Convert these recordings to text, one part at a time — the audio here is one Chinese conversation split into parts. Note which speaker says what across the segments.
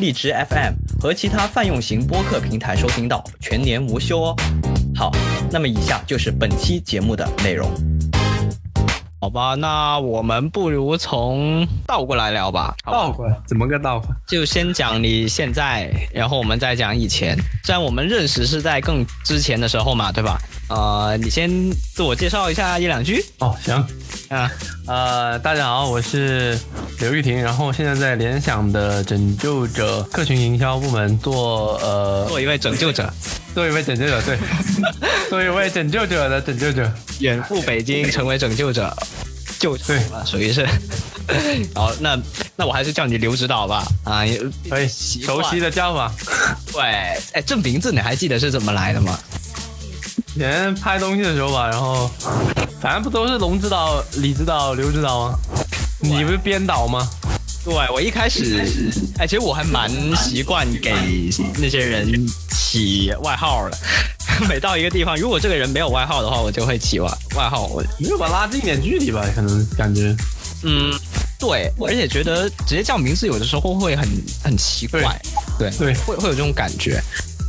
Speaker 1: 荔枝 FM 和其他泛用型播客平台收听到，全年无休哦。好，那么以下就是本期节目的内容。好吧，那我们不如从倒过来聊吧。好吧
Speaker 2: 倒过来，怎么个倒法？
Speaker 1: 就先讲你现在，然后我们再讲以前。虽然我们认识是在更之前的时候嘛，对吧？呃，你先自我介绍一下一两句
Speaker 2: 哦，行，
Speaker 1: 啊。
Speaker 2: 呃，大家好，我是刘玉婷，然后现在在联想的拯救者客群营销部门做呃
Speaker 1: 做一位拯救者，
Speaker 2: 做一位拯救者， 对，做一位拯救者的拯救者，
Speaker 1: 远赴北京成为拯救者，救场了，属于是。 好，那那我还是叫你刘指导吧，啊，也
Speaker 2: 可以
Speaker 1: 习
Speaker 2: 哎熟
Speaker 1: 惯
Speaker 2: 悉的叫法。
Speaker 1: 对，哎，这名字你还记得是怎么来的吗？
Speaker 2: 以前拍东西的时候吧，然后反正不都是龙指导、李指导、刘指导吗？你不是编导吗？
Speaker 1: 对我一开始，哎，其实我还蛮习惯给那些人起外号的。 每到一个地方，如果这个人没有外号的话，我就会起外外号。我
Speaker 2: 你就把拉近点距离吧，可能感觉
Speaker 1: 嗯，对，而且觉得直接叫名字有的时候会很很奇怪，对，
Speaker 2: 对
Speaker 1: 会会有这种感觉。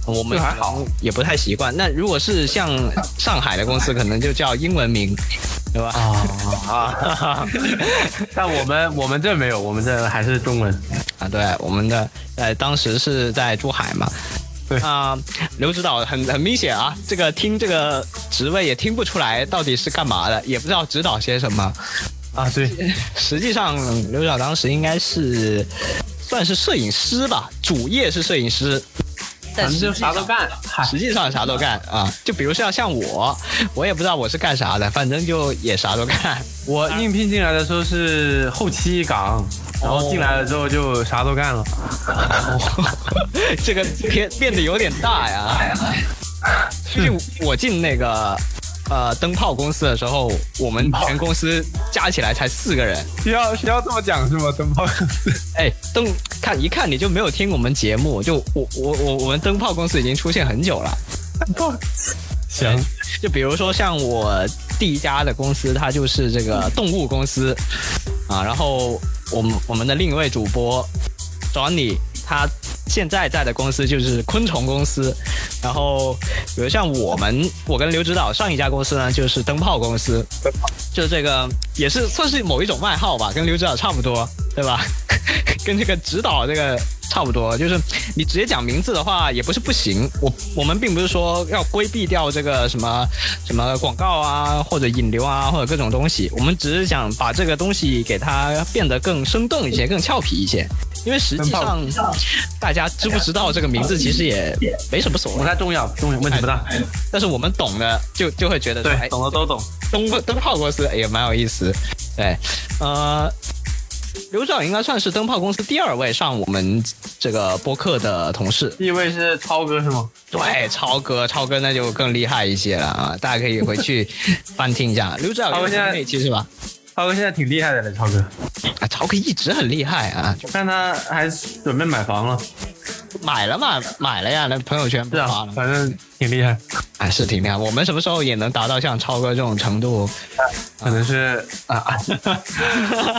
Speaker 1: 我们
Speaker 2: 这还好，
Speaker 1: 也不太习惯。那如果是像上海的公司，可能就叫英文名，对吧？
Speaker 2: 哦啊。但我们我们这没有，我们这还是中文。
Speaker 1: 啊，对，我们的呃，当时是在珠海嘛。
Speaker 2: 对
Speaker 1: 啊、刘指导很很明显啊，这个听这个职位也听不出来到底是干嘛的，也不知道指导些什么。
Speaker 2: 啊，对，
Speaker 1: 实际上，刘指导当时应该是算是摄影师吧，主业是摄影师，
Speaker 2: 咱
Speaker 1: 但
Speaker 2: 们就
Speaker 1: 实际
Speaker 2: 啥都
Speaker 1: 上
Speaker 2: 干。嗨，
Speaker 1: 实际上啥都干啊，就比如像像我，我也不知道我是干啥的，反正就也啥都干。
Speaker 2: 我应聘进来的时候是后期岗，然后进来了之后就啥都干了。
Speaker 1: 这个变变得有点大呀。毕竟我进那个呃灯泡公司的时候，我们全公司加起来才四个人。
Speaker 2: 需要需要这么讲是吗？灯泡公司？
Speaker 1: 哎，灯看一看你就没有听我们节目，就我我我我们灯泡公司已经出现很久了。
Speaker 2: 行，
Speaker 1: 就比如说像我第一家的公司，它就是这个动物公司啊，然后我们我们的另一位主播 Johnny，他现在在的公司就是昆虫公司，然后比如像我们，我跟刘指导上一家公司呢就是灯泡公司，就这个也是算是某一种外号吧，跟刘指导差不多，对吧？ 跟这个指导这个差不多，就是你直接讲名字的话也不是不行。我我们并不是说要规避掉这个什么什么广告啊，或者引流啊，或者各种东西，我们只是想把这个东西给它变得更生动一些，更俏皮一些。因为实际上，大家知不知道这个名字其实也没什么所
Speaker 2: 不
Speaker 1: 谓，
Speaker 2: 太重要，重要问题不大。
Speaker 1: 但是我们懂的就就会觉得说，哎
Speaker 2: 对，，哎懂的都懂。
Speaker 1: 灯灯泡公司哎也蛮有意思。对，呃，刘指导应该算是灯泡公司第二位上我们这个播客的同事。
Speaker 2: 第一位是超哥是吗？
Speaker 1: 对，超哥，超哥那就更厉害一些了啊！大家可以回去翻听一 下。刘指导
Speaker 2: 超
Speaker 1: 有
Speaker 2: 哥现在
Speaker 1: 那期是吧？
Speaker 2: 超哥现在挺厉害的了，超哥。
Speaker 1: 啊，超哥一直很厉害啊，
Speaker 2: 我看他还准备买房了，
Speaker 1: 就买了嘛，买了呀，那朋友圈不
Speaker 2: 是
Speaker 1: 发
Speaker 2: 啊
Speaker 1: 了，吗？
Speaker 2: 反正挺厉害，
Speaker 1: 哎，是挺厉害。我们什么时候也能达到像超哥这种程度？
Speaker 2: 可能是啊，啊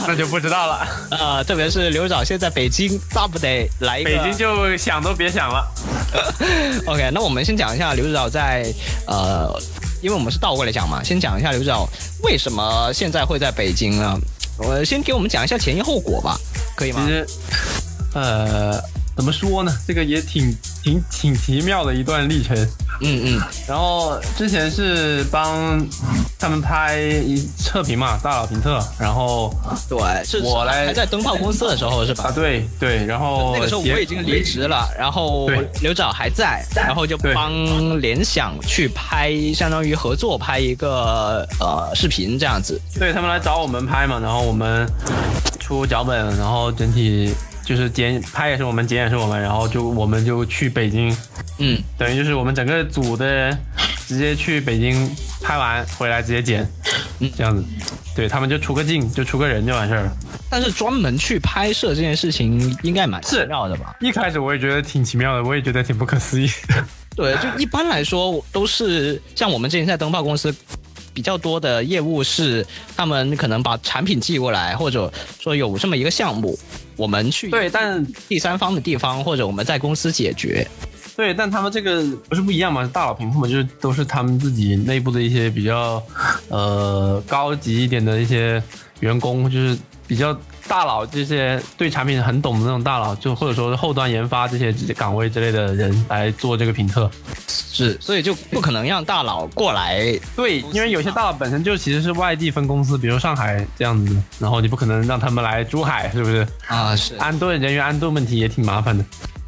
Speaker 2: 那就不知道了。
Speaker 1: 啊、特别是刘指导现在北京，那不得来一个
Speaker 2: 北京就想都别想了。
Speaker 1: OK，那我们先讲一下刘指导在呃，因为我们是倒过来讲嘛，先讲一下刘指导为什么现在会在北京呢？我先给我们讲一下前因后果吧，可以
Speaker 2: 其
Speaker 1: 吗？
Speaker 2: 实，呃，怎么说呢？这个也挺挺挺奇妙的一段历程。
Speaker 1: 嗯嗯，
Speaker 2: 然后之前是帮他们拍一测评嘛，大佬评测。然后
Speaker 1: 啊对，是
Speaker 2: 我
Speaker 1: 是
Speaker 2: 来
Speaker 1: 还在灯泡公司的时候是
Speaker 2: 啊，
Speaker 1: 吧？
Speaker 2: 对对，然后
Speaker 1: 那个时候我已经离职了，然后
Speaker 2: 对
Speaker 1: 刘指导还在，然后就
Speaker 2: 对
Speaker 1: 帮联想去拍，相当于合作拍一个呃视频这样子。
Speaker 2: 对他们来找我们拍嘛，然后我们出脚本，然后整体就是剪拍也是我们，剪也是我们，然后就我们就去北京，
Speaker 1: 嗯，
Speaker 2: 等于就是我们整个组的直接去北京拍完回来直接剪，
Speaker 1: 嗯
Speaker 2: 这样子，对他们就出个镜就出个人就完事儿了。
Speaker 1: 但是专门去拍摄这件事情应该蛮奇妙的吧？
Speaker 2: 一开始我也觉得挺奇妙的，我也觉得挺不可思议的。
Speaker 1: 对，就一般来说我都是像我们之前在灯泡公司。比较多的业务是他们可能把产品寄过来，或者说有这么一个项目，我们去
Speaker 2: 对，但
Speaker 1: 第三方的地方，或者我们在公司解决。
Speaker 2: 对，但他们这个不是不一样嘛？大佬屏幕嘛，就是都是他们自己内部的一些比较呃高级一点的一些员工，就是比较大佬这些对产品很懂的那种大佬，就或者说是后端研发这些岗位之类的人来做这个评测。
Speaker 1: 是，所以就不可能让大佬过来。
Speaker 2: 对，因为有些大佬本身就其实是外地分公司，比如上海这样子，然后你不可能让他们来珠海，是不是？
Speaker 1: 啊，是
Speaker 2: 安顿人员安顿问题也挺麻烦的。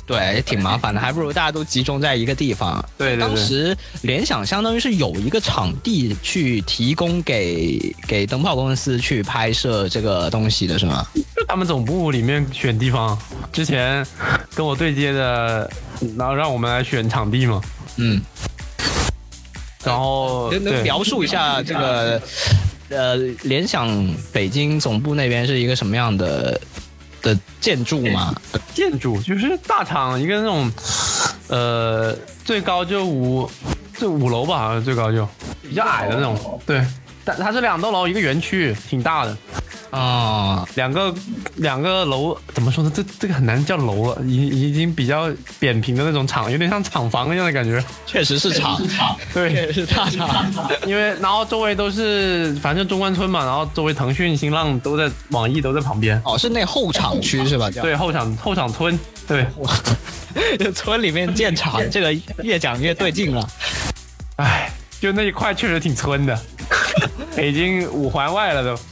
Speaker 1: 对，也挺麻烦的，还不如大家都集中在一个地方。
Speaker 2: 对对对
Speaker 1: 当时联想相当于是有一个场地去提供给给灯泡公司去拍摄这个东西的是吗？
Speaker 2: 他们总部里面选地方，之前跟我对接的，然后让我们来选场地嘛，
Speaker 1: 嗯，
Speaker 2: 然后
Speaker 1: 能能
Speaker 2: 对，
Speaker 1: 描述一下这个呃联想北京总部那边是一个什么样的的建筑吗？
Speaker 2: 建筑就是大厂一个那种，呃，最高就五，就五楼吧，好像最高就比较矮的那种，对，但它是两栋楼一个园区，挺大的，
Speaker 1: 啊、
Speaker 2: 两个两个楼怎么说呢？这这个很难叫楼了，已已经比较扁平的那种厂，有点像厂房一样的感觉，
Speaker 1: 确实是厂，
Speaker 2: 对。
Speaker 1: 确实是大厂。
Speaker 2: 因为然后周围都是反正中关村嘛，然后周围腾讯、新浪都在，网易都在旁边。
Speaker 1: 哦，是那后厂区是吧？叫，
Speaker 2: 对，后场后场村，对，
Speaker 1: 就 村里面建厂，这个越讲越对劲 了。
Speaker 2: 唉，就那一块确实挺村的， 北京五环外了都。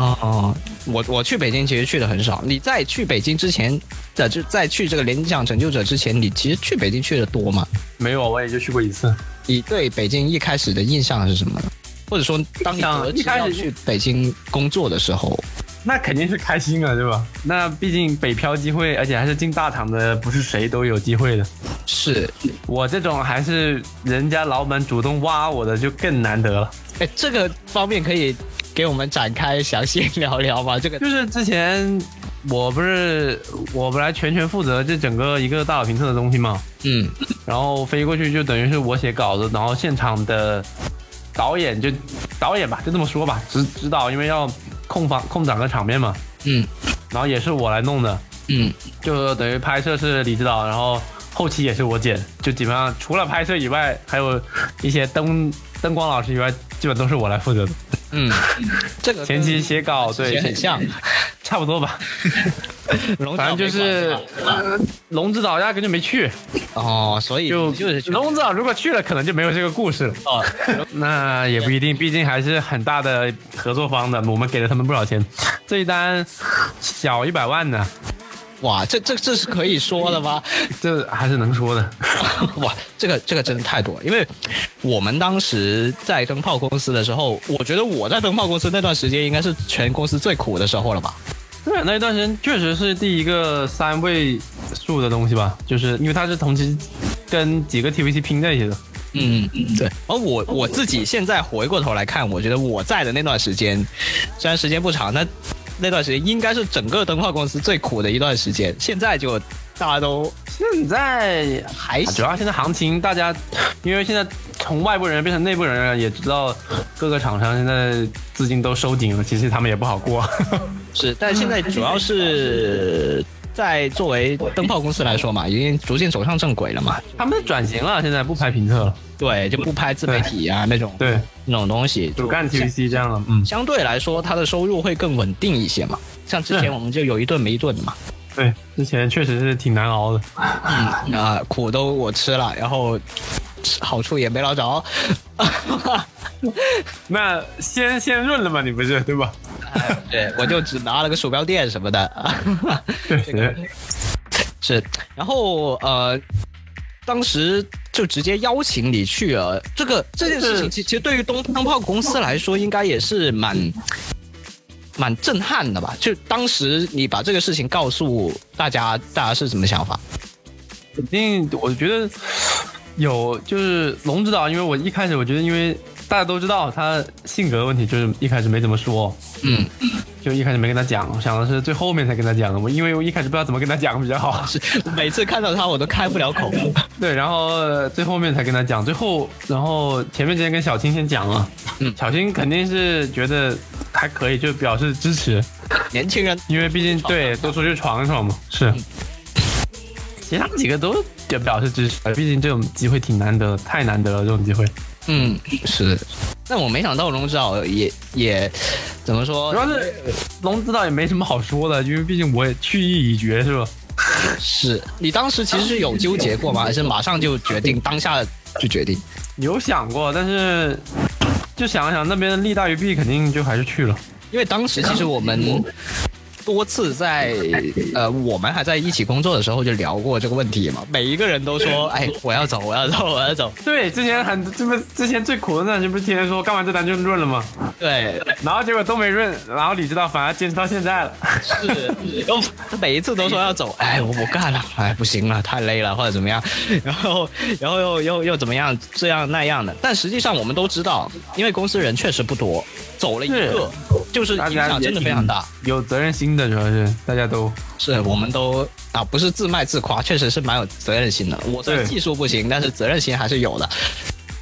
Speaker 1: 哦，我我去北京其实去的很少。你在去北京之前，在就在去这个联想拯救者之前，你其实去北京去的多吗？
Speaker 2: 没有，我也就去过一次。
Speaker 1: 你对北京一开始的印象是什么呢？或者说，当你
Speaker 2: 像
Speaker 1: 得知
Speaker 2: 一开
Speaker 1: 要
Speaker 2: 始
Speaker 1: 去北京工作的时候，
Speaker 2: 那肯定是开心啊，对吧？那毕竟北漂机会，而且还是进大厂的，不是谁都有机会的。
Speaker 1: 是，
Speaker 2: 我这种还是人家老板主动挖我的，就更难得了。
Speaker 1: 哎，这个方面可以给我们展开详细聊聊吗？这个
Speaker 2: 就是之前我不是我本来全权负责这整个一个大佬评测的东西嘛，
Speaker 1: 嗯
Speaker 2: 然后飞过去就等于是我写稿子，然后现场的导演就导演吧，就这么说吧，指指导，因为要控方控整个场面嘛，
Speaker 1: 嗯
Speaker 2: 然后也是我来弄的，
Speaker 1: 嗯，
Speaker 2: 就等于拍摄是李指导，然后后期也是我剪，就基本上除了拍摄以外，还有一些灯灯光老师以外，基本都是我来负责的。
Speaker 1: 嗯，这个
Speaker 2: 前期写稿，
Speaker 1: 也
Speaker 2: 对，
Speaker 1: 很像，
Speaker 2: 差不多吧，反正就是呃龙指导压根就没去，
Speaker 1: 啊哦，所以
Speaker 2: 就
Speaker 1: 就是去
Speaker 2: 龙指导如果去了，可能就没有这个故事了。
Speaker 1: 哦，
Speaker 2: 那也不一定，毕竟还是很大的合作方的，我们给了他们不少钱，这一单小一百万呢，
Speaker 1: 哇，这这这是可以说的吗？
Speaker 2: 这还是能说的。
Speaker 1: 哇，这个这个真的太多了，因为我们当时在灯泡公司的时候，我觉得我在灯泡公司那段时间应该是全公司最苦的时候了吧？
Speaker 2: 对，那一段时间确实是第一个三位数的东西吧，就是因为它是同期跟几个 TVC 拼在一起的。
Speaker 1: 嗯，对。而我我自己现在回过头来看，我觉得我在的那段时间，虽然时间不长，但那段时间应该是整个灯泡公司最苦的一段时间。现在就大家都
Speaker 2: 现在
Speaker 1: 还
Speaker 2: 啊主
Speaker 1: 行，
Speaker 2: 要现在行情，大家因为现在从外部人变成内部人了，也知道各个厂商现在资金都收紧了，其实他们也不好过。
Speaker 1: 是，但现在主要是在作为灯泡公司来说嘛，已经逐渐走上正轨了嘛。
Speaker 2: 他们转型了，现在不拍评测了，
Speaker 1: 对，就不拍自媒体啊那种
Speaker 2: 对，
Speaker 1: 那种东西，
Speaker 2: 主
Speaker 1: 就
Speaker 2: 干 TVC 这样了，嗯。
Speaker 1: 相对来说它的收入会更稳定一些嘛。像之前
Speaker 2: 是
Speaker 1: 我们就有一顿没一顿的嘛，
Speaker 2: 对，之前确实是挺难熬的。
Speaker 1: 啊、苦都我吃了，然后好处也没捞着。
Speaker 2: 那先先润了嘛，你不是对吧？
Speaker 1: 对，我就只拿了个鼠标垫什么的。
Speaker 2: 确实，
Speaker 1: 是，然后呃，当时就直接邀请你去了。这个这件事情，
Speaker 2: 是
Speaker 1: 其其实对于东方炮公司来说，应该也是蛮蛮震撼的吧？就当时你把这个事情告诉大家，大家是什么想法？
Speaker 2: 肯定，我觉得有就是龙指导，因为我一开始我觉得，因为大家都知道他性格问题，就是一开始没怎么说，
Speaker 1: 嗯，
Speaker 2: 就一开始没跟他讲，想的是最后面才跟他讲的，我因为我一开始不知道怎么跟他讲比较 好，
Speaker 1: 是每次看到他我都开不了口。
Speaker 2: 对，然后呃最后面才跟他讲，最后然后前面之前跟小青先讲了，
Speaker 1: 嗯
Speaker 2: 小青肯定是觉得还可以，就表示支持，
Speaker 1: 年轻人
Speaker 2: 因为毕竟对多出去闯一闯嘛，是。其他几个都就表示支持，毕竟这种机会挺难得，太难得了这种机会。
Speaker 1: 嗯，是。但啊我没想到龙之岛也也怎么说
Speaker 2: 主？要是龙指导也没什么好说的，因为毕竟我也去意已决，是吧？
Speaker 1: 是你当时其实是有纠结过吗？还是马上就决定，当下就决定？
Speaker 2: 有想过，但是就想了想，那边利大于弊，肯定就还是去了。
Speaker 1: 因为当时其实我们多次在呃，我们还在一起工作的时候就聊过这个问题嘛。每一个人都 说：“哎，我要走，我要走，我要走。
Speaker 2: 对，之前很这不之前最苦的那期不是天天说干完这单就润了吗？”
Speaker 1: 对，
Speaker 2: 然后结果都没润，然后李指导反而坚持到现在了。
Speaker 1: 是， 都每一次都说要走，哎，我不干了，哎，不行了，太累了，或者怎么样， 然后，然后又又又怎么样，这样那样的。但实际上我们都知道，因为公司人确实不多，走了一个，就是
Speaker 2: 大
Speaker 1: 影
Speaker 2: 家
Speaker 1: 响真的非常大。，
Speaker 2: 有责任心的主要是大家都
Speaker 1: 是我们都啊，不是自卖自夸，确实是蛮有责任心的。我虽然
Speaker 2: 对
Speaker 1: 技术不行，但是责任心还是有的，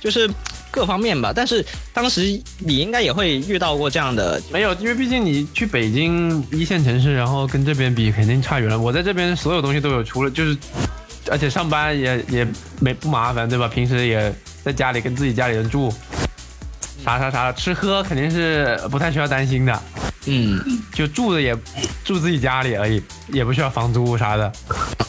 Speaker 1: 就是各方面吧。但是当时你应该也会遇到过这样的，
Speaker 2: 没有，因为毕竟你去北京一线城市，然后跟这边比肯定差远了。我在这边所有东西都有，除了就是，而且上班也也没不麻烦，对吧？平时也在家里跟自己家里人住，啥啥啥，吃喝肯定是不太需要担心的，
Speaker 1: 嗯，
Speaker 2: 就住的也住自己家里而已，也不需要房租啥的。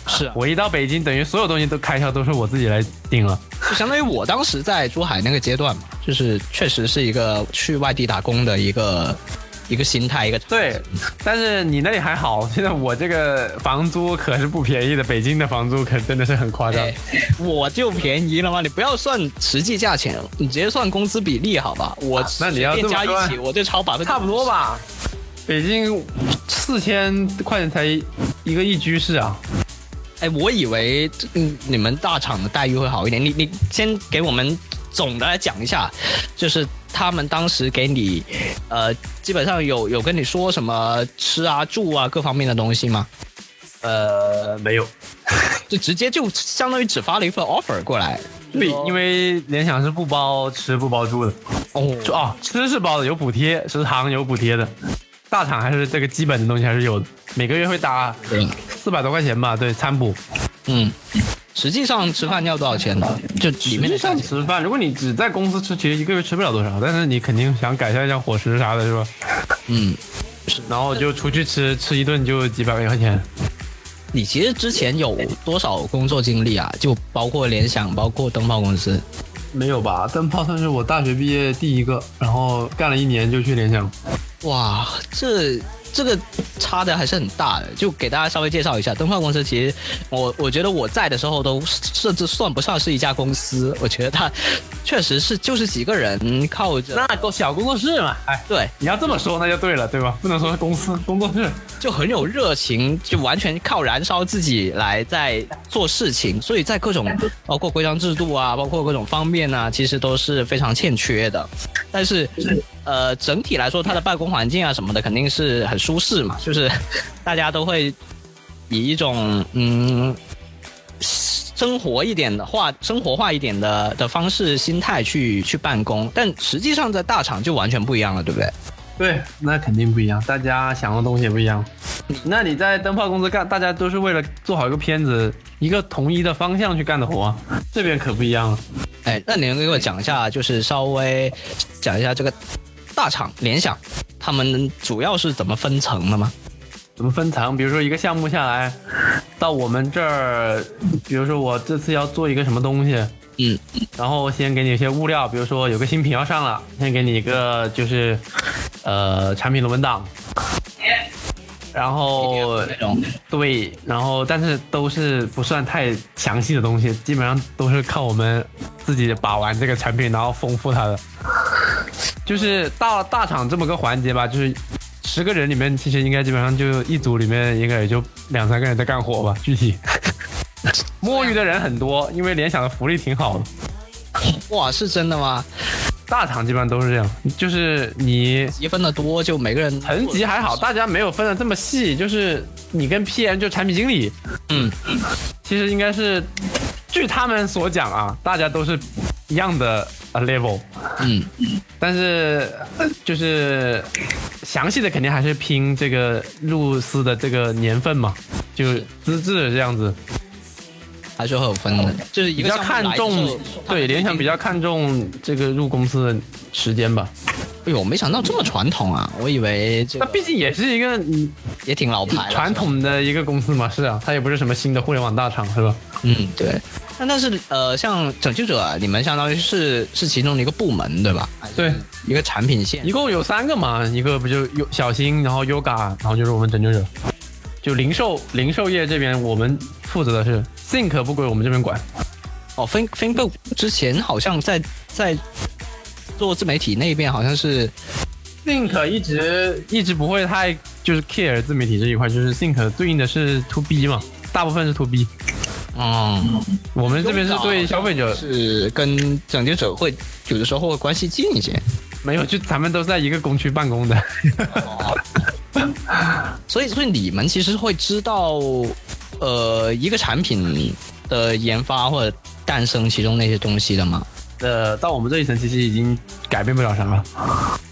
Speaker 1: 是啊
Speaker 2: 我一到北京，等于所有东西都开销都是我自己来定了。
Speaker 1: 就相当于我当时在珠海那个阶段嘛，就是确实是一个去外地打工的一个一个心态，一个
Speaker 2: 对，但是你那里还好，现在我这个房租可是不便宜的，北京的房租可真的是很夸张。
Speaker 1: 哎， 我就便宜了吗？你不要算实际价钱，你直接算工资比例好吧？我
Speaker 2: 那你要
Speaker 1: 随便
Speaker 2: 这么
Speaker 1: 加
Speaker 2: 说
Speaker 1: 一起，我就超百分之
Speaker 2: 差不多。吧。北京四千块钱才一个一居室啊，
Speaker 1: 哎，我以为嗯你们大厂的待遇会好一点，你你先给我们总的来讲一下，就是他们当时给你呃基本上有有跟你说什么吃啊住啊各方面的东西吗？
Speaker 2: 呃，没有。
Speaker 1: 就直接就相当于只发了一份 offer 过来。
Speaker 2: 对，因为联想是不包吃不包住的，
Speaker 1: 哦，
Speaker 2: 就哦，吃是包的，有补贴，食堂有补贴的，大厂还是这个基本的东西还是有的，每个月会打
Speaker 1: 对，
Speaker 2: 四百多块钱吧，对，餐补。
Speaker 1: 嗯，实际上吃饭要多少钱呢？就里面的价
Speaker 2: 上
Speaker 1: 钱。
Speaker 2: 吃饭，如果你只在公司吃，其实一个月吃不了多少，但是你肯定想改善一下伙食啥的，是吧？
Speaker 1: 嗯，
Speaker 2: 然后就出去吃，吃一顿就几百块钱。
Speaker 1: 你其实之前有多少工作经历啊？就包括联想，包括灯泡公司。
Speaker 2: 没有吧？灯泡算是我大学毕业第一个，然后干了一年就去联想。
Speaker 1: 哇，这这个差的还是很大的。就给大家稍微介绍一下，灯泡公司其实我我觉得我在的时候都甚至算不上是一家公司，我觉得它确实是就是几个人靠着
Speaker 2: 那个小工作室嘛，哎，
Speaker 1: 对
Speaker 2: 你要这么说那就对了，对吧？不能说是公司工作室。
Speaker 1: 就很有热情，就完全靠燃烧自己来在做事情，所以在各种包括规章制度啊，包括各种方面啊，其实都是非常欠缺的。但是，呃，整体来说，它的办公环境啊什么的，肯定是很舒适嘛，就是大家都会以一种嗯生活一点的话，生活化一点的的方式、心态去去办公，但实际上在大厂就完全不一样了，对不对？
Speaker 2: 对，那肯定不一样，大家想的东西也不一样。那你在灯泡公司干，大家都是为了做好一个片子，一个统一的方向去干的活啊，这边可不一样了。
Speaker 1: 哎，那你能给我讲一下，就是稍微讲一下这个大厂联想，他们主要是怎么分层的吗？
Speaker 2: 怎么分层？比如说一个项目下来，到我们这儿，比如说我这次要做一个什么东西，
Speaker 1: 嗯，
Speaker 2: 然后先给你一些物料，比如说有个新品要上了，先给你一个就是呃产品的文档，然后
Speaker 1: 那种
Speaker 2: 对，然后但是都是不算太详细的东西，基本上都是靠我们自己把玩这个产品，然后丰富它的。就是到大厂这么个环节吧，就是十个人里面，其实应该基本上就一组里面应该也就两三个人在干活吧，具体。摸鱼的人很多，因为联想的福利挺好的，
Speaker 1: 哇，是真的吗？
Speaker 2: 大厂基本上都是这样，就是你
Speaker 1: 积分的多就每个人
Speaker 2: 层级还好，大家没有分的这么细，就是你跟 PM 就产品经理，
Speaker 1: 嗯，
Speaker 2: 其实应该是，据他们所讲啊，大家都是一样的呃 level，
Speaker 1: 嗯，
Speaker 2: 但是呃就是详细的肯定还是拼这个入司的这个年份嘛，就资质这样子，
Speaker 1: 还是会有分的，就是一
Speaker 2: 哦比
Speaker 1: 个
Speaker 2: 较
Speaker 1: 项目
Speaker 2: 看
Speaker 1: 来的时候
Speaker 2: 重
Speaker 1: 他们
Speaker 2: 对
Speaker 1: 就
Speaker 2: 联想比较看重这个入公司的时间吧，
Speaker 1: 哎呦，没想到这么传统啊！我以为这
Speaker 2: 那
Speaker 1: 个
Speaker 2: 毕竟也是一个嗯
Speaker 1: 也挺老牌了
Speaker 2: 传。统的一个公司嘛，是啊，它也不是什么新的互联网大厂是吧？
Speaker 1: 嗯，对。那但是呃，像拯救者，你们相当于是是其中的一个部门对吧？还是
Speaker 2: 对，
Speaker 1: 一个产品线
Speaker 2: 一。共有三个嘛，一个不就有小新，然后 Yoga，然后就是我们拯救者。就零售零售业这边，我们负责的是 Think 不归我们这边管，
Speaker 1: 哦，Think ThinkBook 之前好像在在做自媒体那边，好像是
Speaker 2: Think 一直一直不会太就是 care 自媒体这一块，就是 Think 对应的是 To B 嘛，大部分是 To B，
Speaker 1: 嗯
Speaker 2: 我们这边是对消费者
Speaker 1: 是跟拯救者会有的时候会关系近一些。
Speaker 2: 没有，就咱们都是在一个工区办公的。
Speaker 1: 所以，所以你们其实会知道，呃，一个产品的研发或者诞生其中那些东西的吗？
Speaker 2: 呃，到我们这一层其实已经改变不了啥了，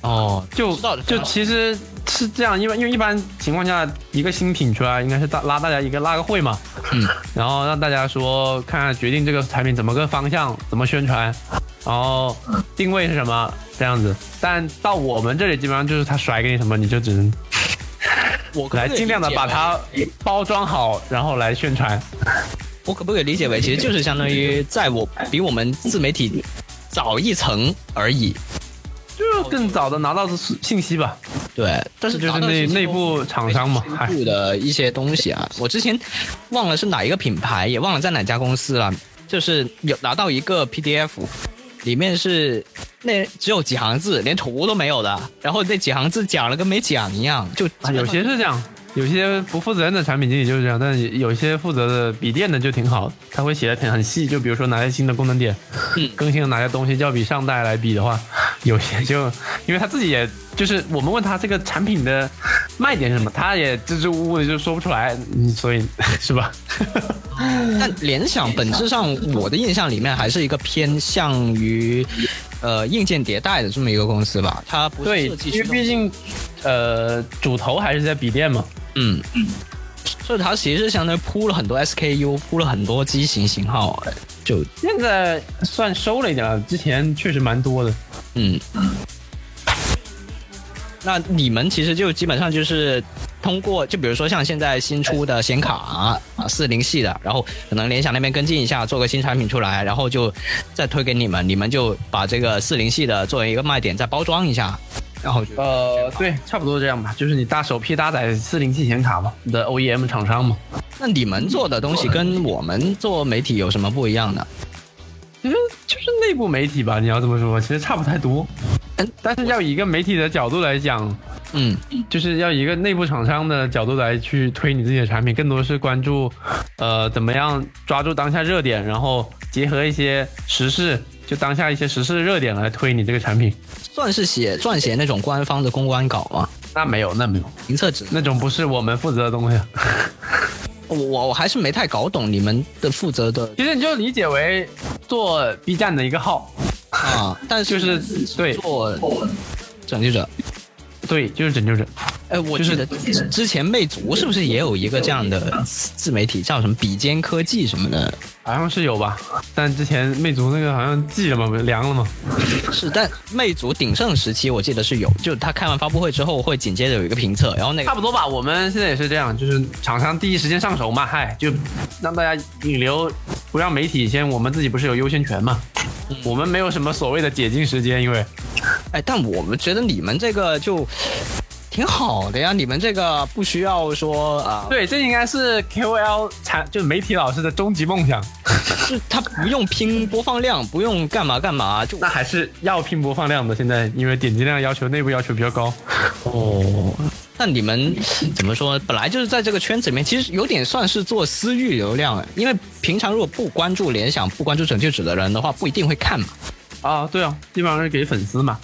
Speaker 1: 哦，
Speaker 2: 就
Speaker 1: 知道的
Speaker 2: 就其实是这样，因为因为一般情况下，一个新品出来应该是大拉大家一个拉个会嘛，
Speaker 1: 嗯，
Speaker 2: 然后让大家说看看决定这个产品怎么个方向，怎么宣传，然后定位是什么这样子。但到我们这里基本上就是他甩给你什么，你就只能
Speaker 1: 我可不可以
Speaker 2: 来尽量的把它包装好，然后来宣传。
Speaker 1: 我可不可以理解为，其实就是相当于在我比我们自媒体早一层而已。
Speaker 2: 就是更早的拿到信息吧，
Speaker 1: 对，但是
Speaker 2: 就是
Speaker 1: 达到信
Speaker 2: 内
Speaker 1: 息
Speaker 2: 内
Speaker 1: 流
Speaker 2: 部厂商嘛，嗨
Speaker 1: 深，度的一些东西啊，我之前忘了是哪一个品牌，也忘了在哪家公司了，就是有拿到一个 PDF，里面是那只有几行字，连图都没有的，然后那几行字讲了跟没讲一样，就
Speaker 2: 啊，有些是这样，有些不负责任的产品经理就是这样，但是有些负责的笔电的就挺好，他会写的挺很细，就比如说哪些新的功能点，
Speaker 1: 嗯
Speaker 2: 更新了哪些东西，就要比上代来比的话，有些就因为他自己也就是我们问他这个产品的卖点是什么，他也支支吾吾的就说不出来，嗯所以 是吧？
Speaker 1: 但联想本质上，我的印象里面还是一个偏向于，呃，硬件迭代的这么一个公司吧，它不是
Speaker 2: 对
Speaker 1: 设，计
Speaker 2: 因为
Speaker 1: 驱动
Speaker 2: 毕竟呃主头还是在笔电嘛，
Speaker 1: 嗯，所以它其实相当于铺了很多 SKU，铺了很多机型型号，就
Speaker 2: 现在算收了一点了，之前确实蛮多的。
Speaker 1: 嗯。那你们其实就基本上就是通过，就比如说像现在新出的显卡啊，四零系的，然后可能联想那边跟进一下，做个新产品出来，然后就再推给你们，你们就把这个四零系的作为一个卖点再包装一下，然后就
Speaker 2: 呃，对，差不多这样吧，就是你大手批搭载四零系显卡嘛，你的 OEM 厂商嘛。
Speaker 1: 那你们做的东西跟我们做媒体有什么不一样呢？
Speaker 2: 其实就是内部媒体吧，你要这么说，其实差不太多
Speaker 1: 嗯。
Speaker 2: 但是要以一个媒体的角度来讲，
Speaker 1: 嗯，
Speaker 2: 就是要以一个内部厂商的角度来去推你自己的产品，更多是关注，呃，怎么样抓住当下热点，然后结合一些时事，就当下一些时事热点来推你这个产品。
Speaker 1: 算是写撰写那种官方的公关稿吗？
Speaker 2: 那没有，那没有，
Speaker 1: 评测指南
Speaker 2: 那种不是我们负责的东西。
Speaker 1: 我我我还是没太搞懂你们的负责的
Speaker 2: 其实你就理解为做 B 站的一个号，
Speaker 1: 啊，但
Speaker 2: 就是是对
Speaker 1: 做拯救者。
Speaker 2: 对，就是拯救者。
Speaker 1: 哎，我记
Speaker 2: 就是
Speaker 1: 得之前魅族是不是也有一个这样的自媒体，叫什么比肩科技什么的？
Speaker 2: 好像是有吧，但之前魅族那个好像寄了嘛，不是凉了嘛。
Speaker 1: 是，但魅族鼎盛时期我记得是有，就他开完发布会之后会紧接着有一个评测，然后那个
Speaker 2: 差不多吧，我们现在也是这样，就是厂商第一时间上手嘛，嗨，就让大家引流，不让媒体先，我们自己不是有优先权嘛。我们没有什么所谓的解禁时间，因为
Speaker 1: 哎，但我们觉得你们这个就挺好的呀。你们这个不需要说啊，
Speaker 2: 对，这应该是 KOL 产就媒体老师的终极梦想。
Speaker 1: 是他不用拼播放量，不用干嘛干嘛，就
Speaker 2: 那还是要拼播放量的，现在因为点击量要求内部要求比较高。
Speaker 1: 哦。那你们怎么说？本来就是在这个圈子里面，其实有点算是做私域流量哎，因为平常如果不关注联想、不关注拯救者的人的话，不一定会看嘛。
Speaker 2: 啊，对啊，基本上是给粉丝嘛。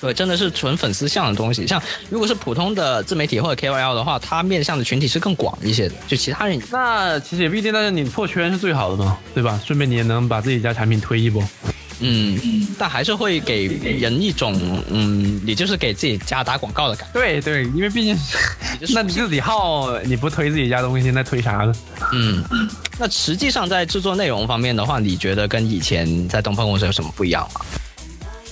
Speaker 1: 对，真的是纯粉丝向的东西。像如果是普通的自媒体或者 KOL 的话，它面向的群体是更广一些的，就其他人
Speaker 2: 那其实也不一定，但是你破圈是最好的嘛，对吧？顺便你也能把自己家产品推一波。
Speaker 1: 嗯，但还是会给人一种嗯，你就是给自己家打广告的感觉。
Speaker 2: 对对，因为毕竟 那你自己号，你不推自己家东西，那推啥呢？
Speaker 1: 嗯，那实际上在制作内容方面的话，你觉得跟以前在东方公司有什么不一样吗？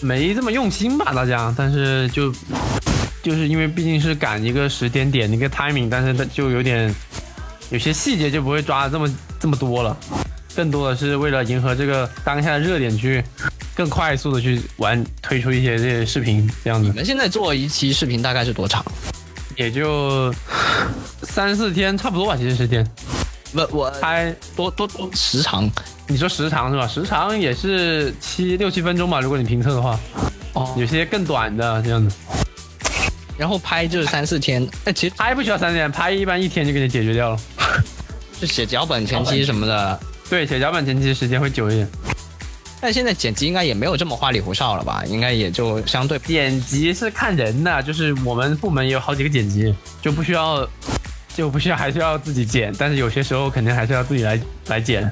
Speaker 2: 没这么用心吧，大家。但是就就是因为毕竟是赶一个时间点，一个 timing，但是它就有点有些细节就不会抓的这么这么多了，更多的是为了迎合这个当下的热点去更快速的去玩推出一些这些视频，这样子
Speaker 1: 你们现在做一期视频大概是多长？
Speaker 2: 也就三四天差不多吧，其实时间。
Speaker 1: 不，我
Speaker 2: 拍
Speaker 1: 多多多时长
Speaker 2: 你说时长是吧？时长也是七六七分钟吧，如果你评测的话，
Speaker 1: 哦，
Speaker 2: 有些更短的这样子。
Speaker 1: 然后拍就是三四天。那其实
Speaker 2: 拍不需要三天，拍一般一天就给你解决掉了。
Speaker 1: 就写脚本、前期什么的。
Speaker 2: 对，写脚本前期时间会久一点。
Speaker 1: 但现在剪辑应该也没有这么花里胡哨了吧？应该也就相对
Speaker 2: 剪辑是看人的，就是我们部门也有好几个剪辑，就不需要，就不需要还是要自己剪，但是有些时候肯定还是要自己来来剪。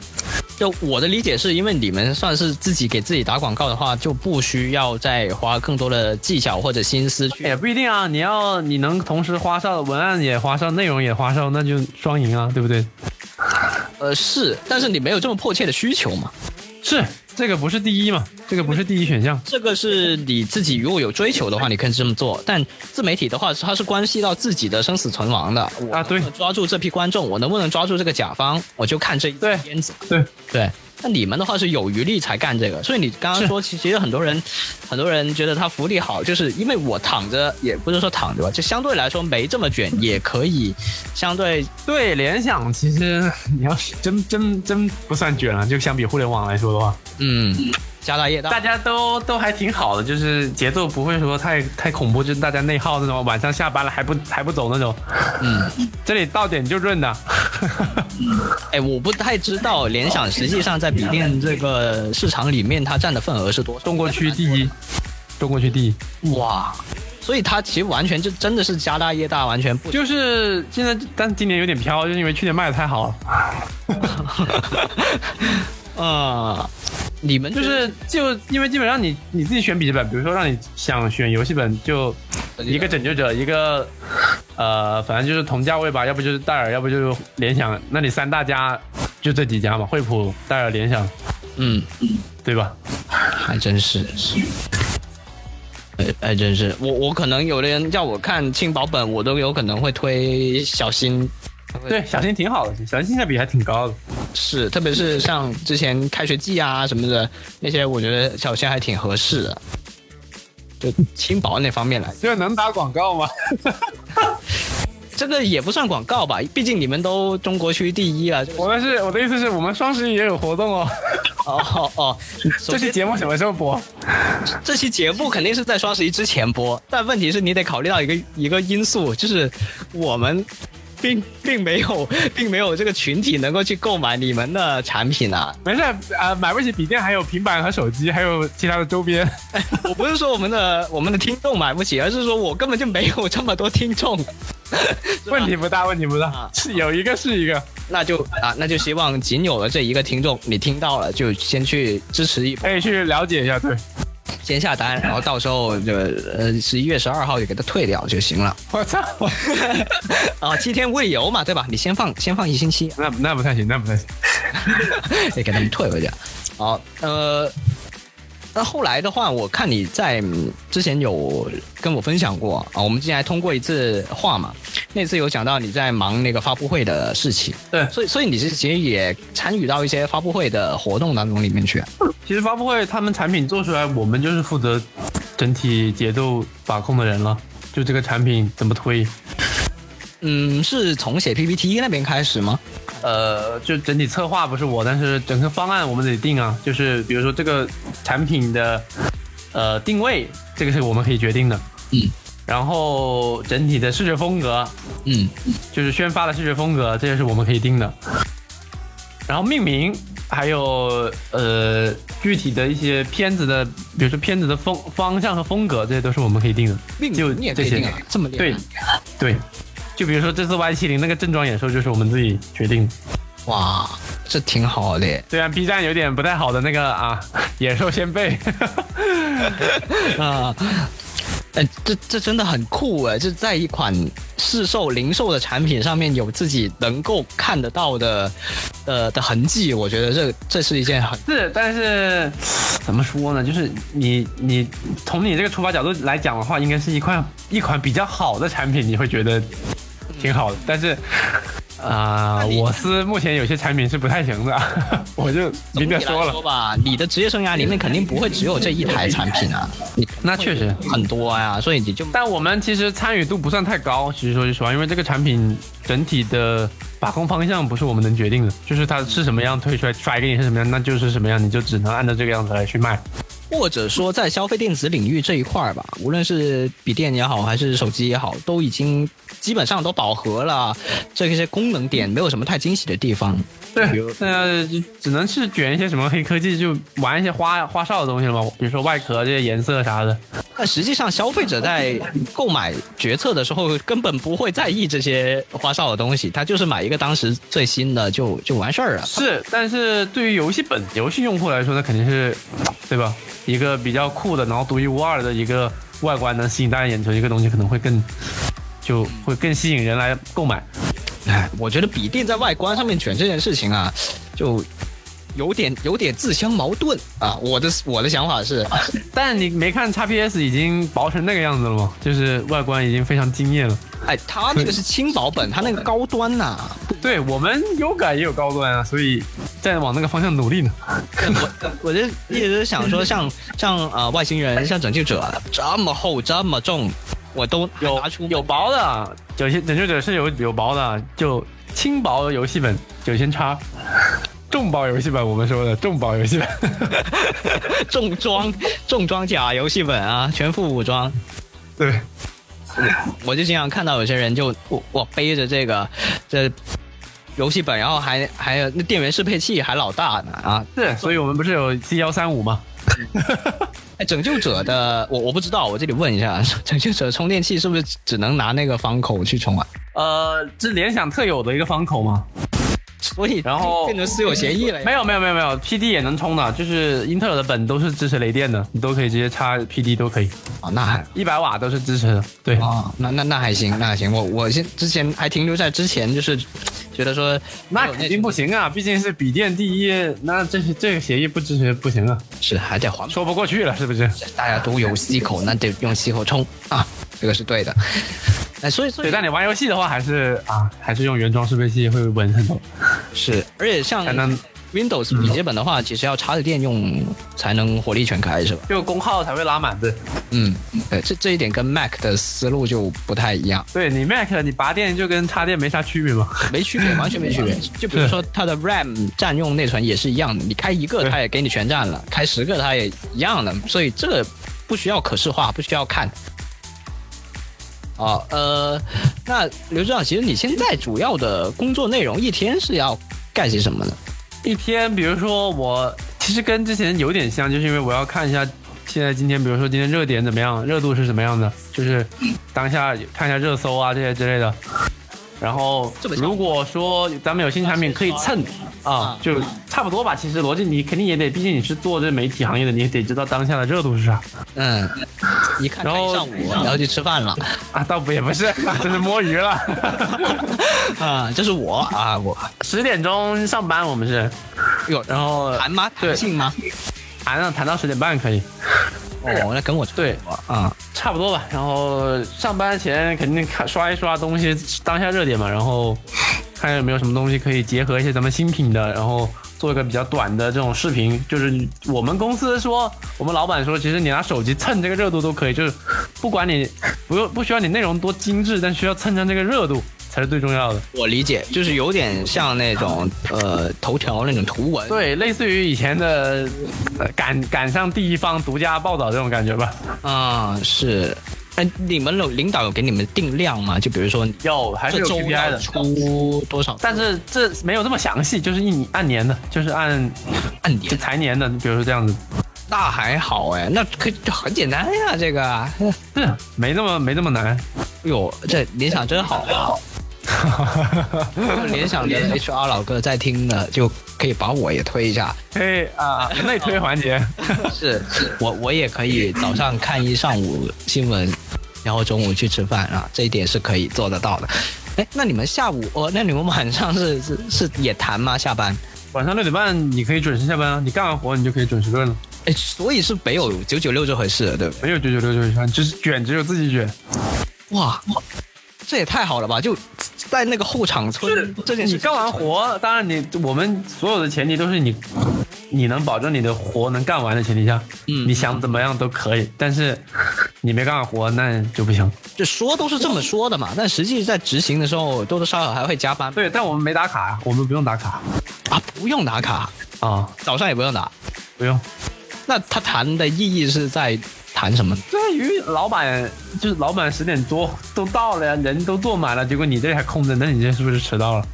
Speaker 1: 就我的理解是因为你们算是自己给自己打广告的话，就不需要再花更多的技巧或者心思去
Speaker 2: 也不一定啊，你要你能同时花哨文案也花哨，内容也花哨，那就双赢啊，对不对？
Speaker 1: 呃是，但是你没有这么迫切的需求嘛？
Speaker 2: 是这个不是第一嘛，这个不是第一选项。
Speaker 1: 这个是你自己如果有追求的话，你可以这么做。但自媒体的话，它是关系到自己的生死存亡的。我
Speaker 2: 啊对
Speaker 1: 能不能抓住这批观众，我能不能抓住这个甲方，我就看这一
Speaker 2: 对
Speaker 1: 片子。
Speaker 2: 对，
Speaker 1: 对。那你们的话是有余力才干这个，所以你刚刚
Speaker 2: 是
Speaker 1: 说，其其实很多人，很多人觉得他福利好，就是因为我躺着，也不是说躺着吧，就相对来说没这么卷，也可以相对
Speaker 2: 对，联想其实你要是真真真不算卷了，就相比互联网来说的话，
Speaker 1: 嗯家大业
Speaker 2: 大
Speaker 1: 大。
Speaker 2: 家都都还挺好的，就是节奏不会说太太恐怖，就是大家内耗那种，晚上下班了还不还不走那种。
Speaker 1: 嗯，
Speaker 2: 这里到点就润的，
Speaker 1: 哎，我不太知道联想实际上在笔电这个市场里面它占的份额是多少，
Speaker 2: 中国区第一，中国区第一。
Speaker 1: 哇，所以它其实完全就真的是家大业大，完全不
Speaker 2: 就是现在，但今年有点飘，就是因为去年卖的太好了。
Speaker 1: 啊、你们
Speaker 2: 呃就是就因为基本上你你自己选笔记本，比如说让你想选游戏本，就一个拯救者，一个呃，反正就是同价位吧，要不就是戴尔，要不就是联想。那你三大家就这几家嘛，惠普、戴尔、联想，
Speaker 1: 嗯，
Speaker 2: 对吧？
Speaker 1: 还真是。哎哎，真是我我可能有的人叫我看轻薄本，我都有可能会推小新，
Speaker 2: 对，小新挺好的，小新性价比还挺高的。
Speaker 1: 是特别
Speaker 2: 嗯
Speaker 1: 是像之前开学季啊什么的那些，我觉得小新还挺合适的，就轻薄那方面来。
Speaker 2: 这能打广告吗？
Speaker 1: 这个也不算广告吧，毕竟你们都中国区第一啊。这个
Speaker 2: 我们是我的意思是我们双十一也有活动哦。
Speaker 1: 哦哦，首
Speaker 2: 这
Speaker 1: 先
Speaker 2: 期节目什么时候播？
Speaker 1: 这期节目肯定是在双十一之前播，但问题是你得考虑到一个一个因素，就是我们并并没有 并没有这个群体能够去购买你们的产品啊。
Speaker 2: 没事啊、呃买不起笔电，还有平板和手机，还有其他的周边。
Speaker 1: 我不是说我们的我们的听众买不起，而是说我根本就没有这么多听 众。是吧
Speaker 2: 问题不大，问题不大
Speaker 1: 啊，
Speaker 2: 是有一个是一个。
Speaker 1: 那就啊，那就希望仅有的这一个听众，你听到了就先去支持一波，
Speaker 2: 可以去了解一下，对，
Speaker 1: 先下单，然后到时候就呃十一月十二号就给它退掉就行了。
Speaker 2: 我操，
Speaker 1: 啊，七天无理由嘛，对吧？你先放先放一星期，
Speaker 2: 那那不太行，那不太行。
Speaker 1: 得给他们退回去。好，呃，那后来的话，我看你在嗯之前有跟我分享过啊，我们之前还通过一次话嘛，那次有讲到你在忙那个发布会的事情，
Speaker 2: 对
Speaker 1: 所以所以你是其实也参与到一些发布会的活动当中里面去。
Speaker 2: 其实发布会他们产品做出来，我们就是负责整体节奏把控的人了，就这个产品怎么推，
Speaker 1: 嗯，是从写 PPT 那边开始吗？
Speaker 2: 呃，就整体策划不是我，但是整个方案我们得定啊。就是比如说这个产品的呃定位，这个是我们可以决定的。
Speaker 1: 嗯。
Speaker 2: 然后整体的视觉风格，
Speaker 1: 嗯，
Speaker 2: 就是宣发的视觉风格，这些是我们可以定的。然后命名，还有呃具体的一些片子的，比如说片子的风方向和风格，这些都是我们可以定的。
Speaker 1: 命
Speaker 2: 就
Speaker 1: 你也可以
Speaker 2: 这些
Speaker 1: 定啊，这么厉害
Speaker 2: 对，对，就比如说这次 Y 七零那个正装演售就是我们自己决定的。
Speaker 1: 哇，这挺好的耶。
Speaker 2: 虽然 B 站有点不太好的那个啊， 野兽先辈，
Speaker 1: 啊，哎，这这真的很酷哎！就在一款市售零售的产品上面有自己能够看得到的，呃的痕迹，我觉得这这是一件很
Speaker 2: 是，但是怎么说呢？就是你你从你这个出发角度来讲的话，应该是一款一款比较好的产品，你会觉得挺好的。但是啊、
Speaker 1: 那你
Speaker 2: 我司目前有些产品是不太行的， 我就
Speaker 1: 总
Speaker 2: 明
Speaker 1: 体
Speaker 2: 着
Speaker 1: 来
Speaker 2: 说了。
Speaker 1: 说吧，你的职业生涯里面肯定不会只有这一台产品啊，你
Speaker 2: 那确实，
Speaker 1: 很多呀、所以你就
Speaker 2: 但我们其实参与度不算太高，其实说句实话，因为这个产品整体的把控方向不是我们能决定的，就是它是什么样推出来，甩给你是什么样，那就是什么样，你就只能按照这个样子来去卖。
Speaker 1: 或者说在消费电子领域这一块儿吧，无论是笔电也好，还是手机也好，都已经基本上都饱和了，这些功能点没有什么太惊喜的地方。比如
Speaker 2: 对，那就只能是卷一些什么黑科技，就玩一些花花哨的东西了嘛，比如说外壳这些颜色啥的。
Speaker 1: 但实际上，消费者在购买决策的时候，根本不会在意这些花哨的东西，他就是买一个当时最新的就就完事儿了。
Speaker 2: 是，但是对于游戏本游戏用户来说，那肯定是，对吧？一个比较酷的，然后独一无二的一个外观能吸引大家眼球，一个东西可能会更。就会更吸引人来购买，
Speaker 1: 哎，我觉得笔电在外观上面卷这件事情啊，就有点有点自相矛盾啊。我的我的想法是，
Speaker 2: 但你没看 XPS 已经薄成那个样子了吗？就是外观已经非常惊艳了。
Speaker 1: 哎，它那个是轻薄本，它那个高端呐、
Speaker 2: 对我们优感也有高端啊，所以在往那个方向努力呢。
Speaker 1: 我我就一直想说像，像呃外星人、像拯救者这么厚这么重，我都还
Speaker 2: 有
Speaker 1: 拿出门
Speaker 2: 有薄的，有些拯救者是有有薄的，就轻薄游戏本九千叉，重薄游戏本我们说的重薄游戏本，
Speaker 1: 重装重装甲游戏本啊，全副武装。
Speaker 2: 对，
Speaker 1: 我就经常看到有些人就我我背着这个这游戏本，然后还还有那电源适配器还老大呢啊！
Speaker 2: 是，所以我们不是有 C 幺三五吗？
Speaker 1: 哎，拯救者的我我不知道，我这里问一下， 拯救者充电器是不是只能拿那个方口去充啊？
Speaker 2: 呃，是联想特有的一个方口吗？
Speaker 1: 所以
Speaker 2: 然后
Speaker 1: 变成私有协议了呀
Speaker 2: 哎没？有没有没有没有，PD 也能充的，就是英特尔的本都是支持雷电的，你都可以直接插 PD 都可以，
Speaker 1: 啊，那还。
Speaker 2: 一百瓦都是支持的。对，
Speaker 1: 哦，那那那还行，那还行。我我先之前还停留在之前，就是觉得说
Speaker 2: 那肯定不行啊，毕竟是笔电第一，那这是这个协议不支持不行啊，
Speaker 1: 是还得环保。
Speaker 2: 说不过去了是不是？
Speaker 1: 大家都有吸 口，那得用吸口冲啊，这个是对的。哎，所以所
Speaker 2: 对，
Speaker 1: 以
Speaker 2: 但你玩游戏的话，还是啊，还是用原装适配器会稳很多，
Speaker 1: 是，而且像
Speaker 2: 才能嗯
Speaker 1: Windows 笔记本的话，其实要插着电用才能火力全开，是吧？
Speaker 2: 就功耗才会拉满。对，
Speaker 1: 嗯，对，这这一点跟 Mac 的思路就不太一样，
Speaker 2: 对你 Mac 你拔电就跟插电没啥区别嘛。
Speaker 1: 没区
Speaker 2: 嗯
Speaker 1: 别，完全没区别。就比如说它的 RAM 占用内存也是一样
Speaker 2: 嗯
Speaker 1: 的，你开一个
Speaker 2: 对
Speaker 1: 它也给你全占了，开十个它也一样的，所以这个不需要可视化，不需要看。哦，呃，那刘指导，其实你现在主要的工作内容一天是要干些什么呢？
Speaker 2: 一天，比如说我其实跟之前有点像，就是因为我要看一下现在今天，比如说今天热点怎么样，热度是什么样的，就是当下看一下热搜啊这些之类的。然后
Speaker 1: 这么，巧
Speaker 2: 如果说咱们有新产品可以蹭啊
Speaker 1: 啊，
Speaker 2: 就差不多吧。其实逻辑你肯定也得，毕竟你是做这媒体行业的，你也得知道当下的热度是啥。
Speaker 1: 嗯，一看看
Speaker 2: 然后
Speaker 1: 一上午，然后去吃饭了。
Speaker 2: 啊，倒不也不是， 这是摸鱼 了。
Speaker 1: 啊，这是我啊，我
Speaker 2: 十点钟上班我们是，
Speaker 1: 有
Speaker 2: 然后
Speaker 1: 谈吗？
Speaker 2: 对
Speaker 1: 弹性吗？
Speaker 2: 谈到谈到十点半可以，
Speaker 1: 哦，那跟我差不多
Speaker 2: 对，
Speaker 1: 啊，
Speaker 2: 差不多吧。然后上班前肯定看刷一刷东 西，当下热点嘛，然后看有没有什么东西可以结合一些咱们新品的，然后做一个比较短的这种视频，就是我们公司说，我们老板说，其实你拿手机蹭这个热度都可以，就是不管你不用不需要你内容多精致，但需要蹭上这个热度才是最重要的。
Speaker 1: 我理解，就是有点像那种呃头条那种图文，
Speaker 2: 对，类似于以前的呃赶赶上第一方独家报道这种感觉吧。
Speaker 1: 啊、是。哎，你们有领导有给你们定量吗？就比如说
Speaker 2: 有还
Speaker 1: 这
Speaker 2: 是有
Speaker 1: 周
Speaker 2: KPI
Speaker 1: 要
Speaker 2: 的，
Speaker 1: 出多少？
Speaker 2: 但是这没有这么详细，就是一年按年的，就是按
Speaker 1: 按
Speaker 2: 就
Speaker 1: 年
Speaker 2: 财年的，比如说这样子。
Speaker 1: 那还好哎，那可以很简单呀、这个。哎
Speaker 2: 是没那么没那么难，
Speaker 1: 呦，这联想真好 啊！联想的 HR 老哥在听的，就可以把我也推一下。
Speaker 2: 嘿 啊，内推环节，
Speaker 1: 是我我也可以早上看一上午新闻，然后中午去吃饭啊，这一点是可以做得到的。哎，那你们下午哦，那你们晚上是是是也谈吗？下班？
Speaker 2: 晚上六点半你可以准时下班啊，你干完活你就可以准时论了，
Speaker 1: 哎，所以是没有九九六这回事了，对不
Speaker 2: 没有九九六九九三，就是卷只有自己卷。
Speaker 1: 对？哇，这也太好了吧！就在那个后场村这件事，
Speaker 2: 你干完活，当然你我们所有的前提都是你，你能保证你的活能干完的前提下，
Speaker 1: 嗯
Speaker 2: 你想怎么样都可以，但是你没干完活那就不行。
Speaker 1: 就说都是这么说的嘛，但实际在执行的时候，多多少少还会加班
Speaker 2: 对，但我们没打卡，我们不用打卡
Speaker 1: 啊，不用打卡，
Speaker 2: 啊，
Speaker 1: 早上也不用打。
Speaker 2: 不用。
Speaker 1: 那他谈的意义是在谈什么呢？
Speaker 2: 对于老板，就是老板十点多都到了呀，人都坐满了，结果你这还空着，那你这是不是迟到了？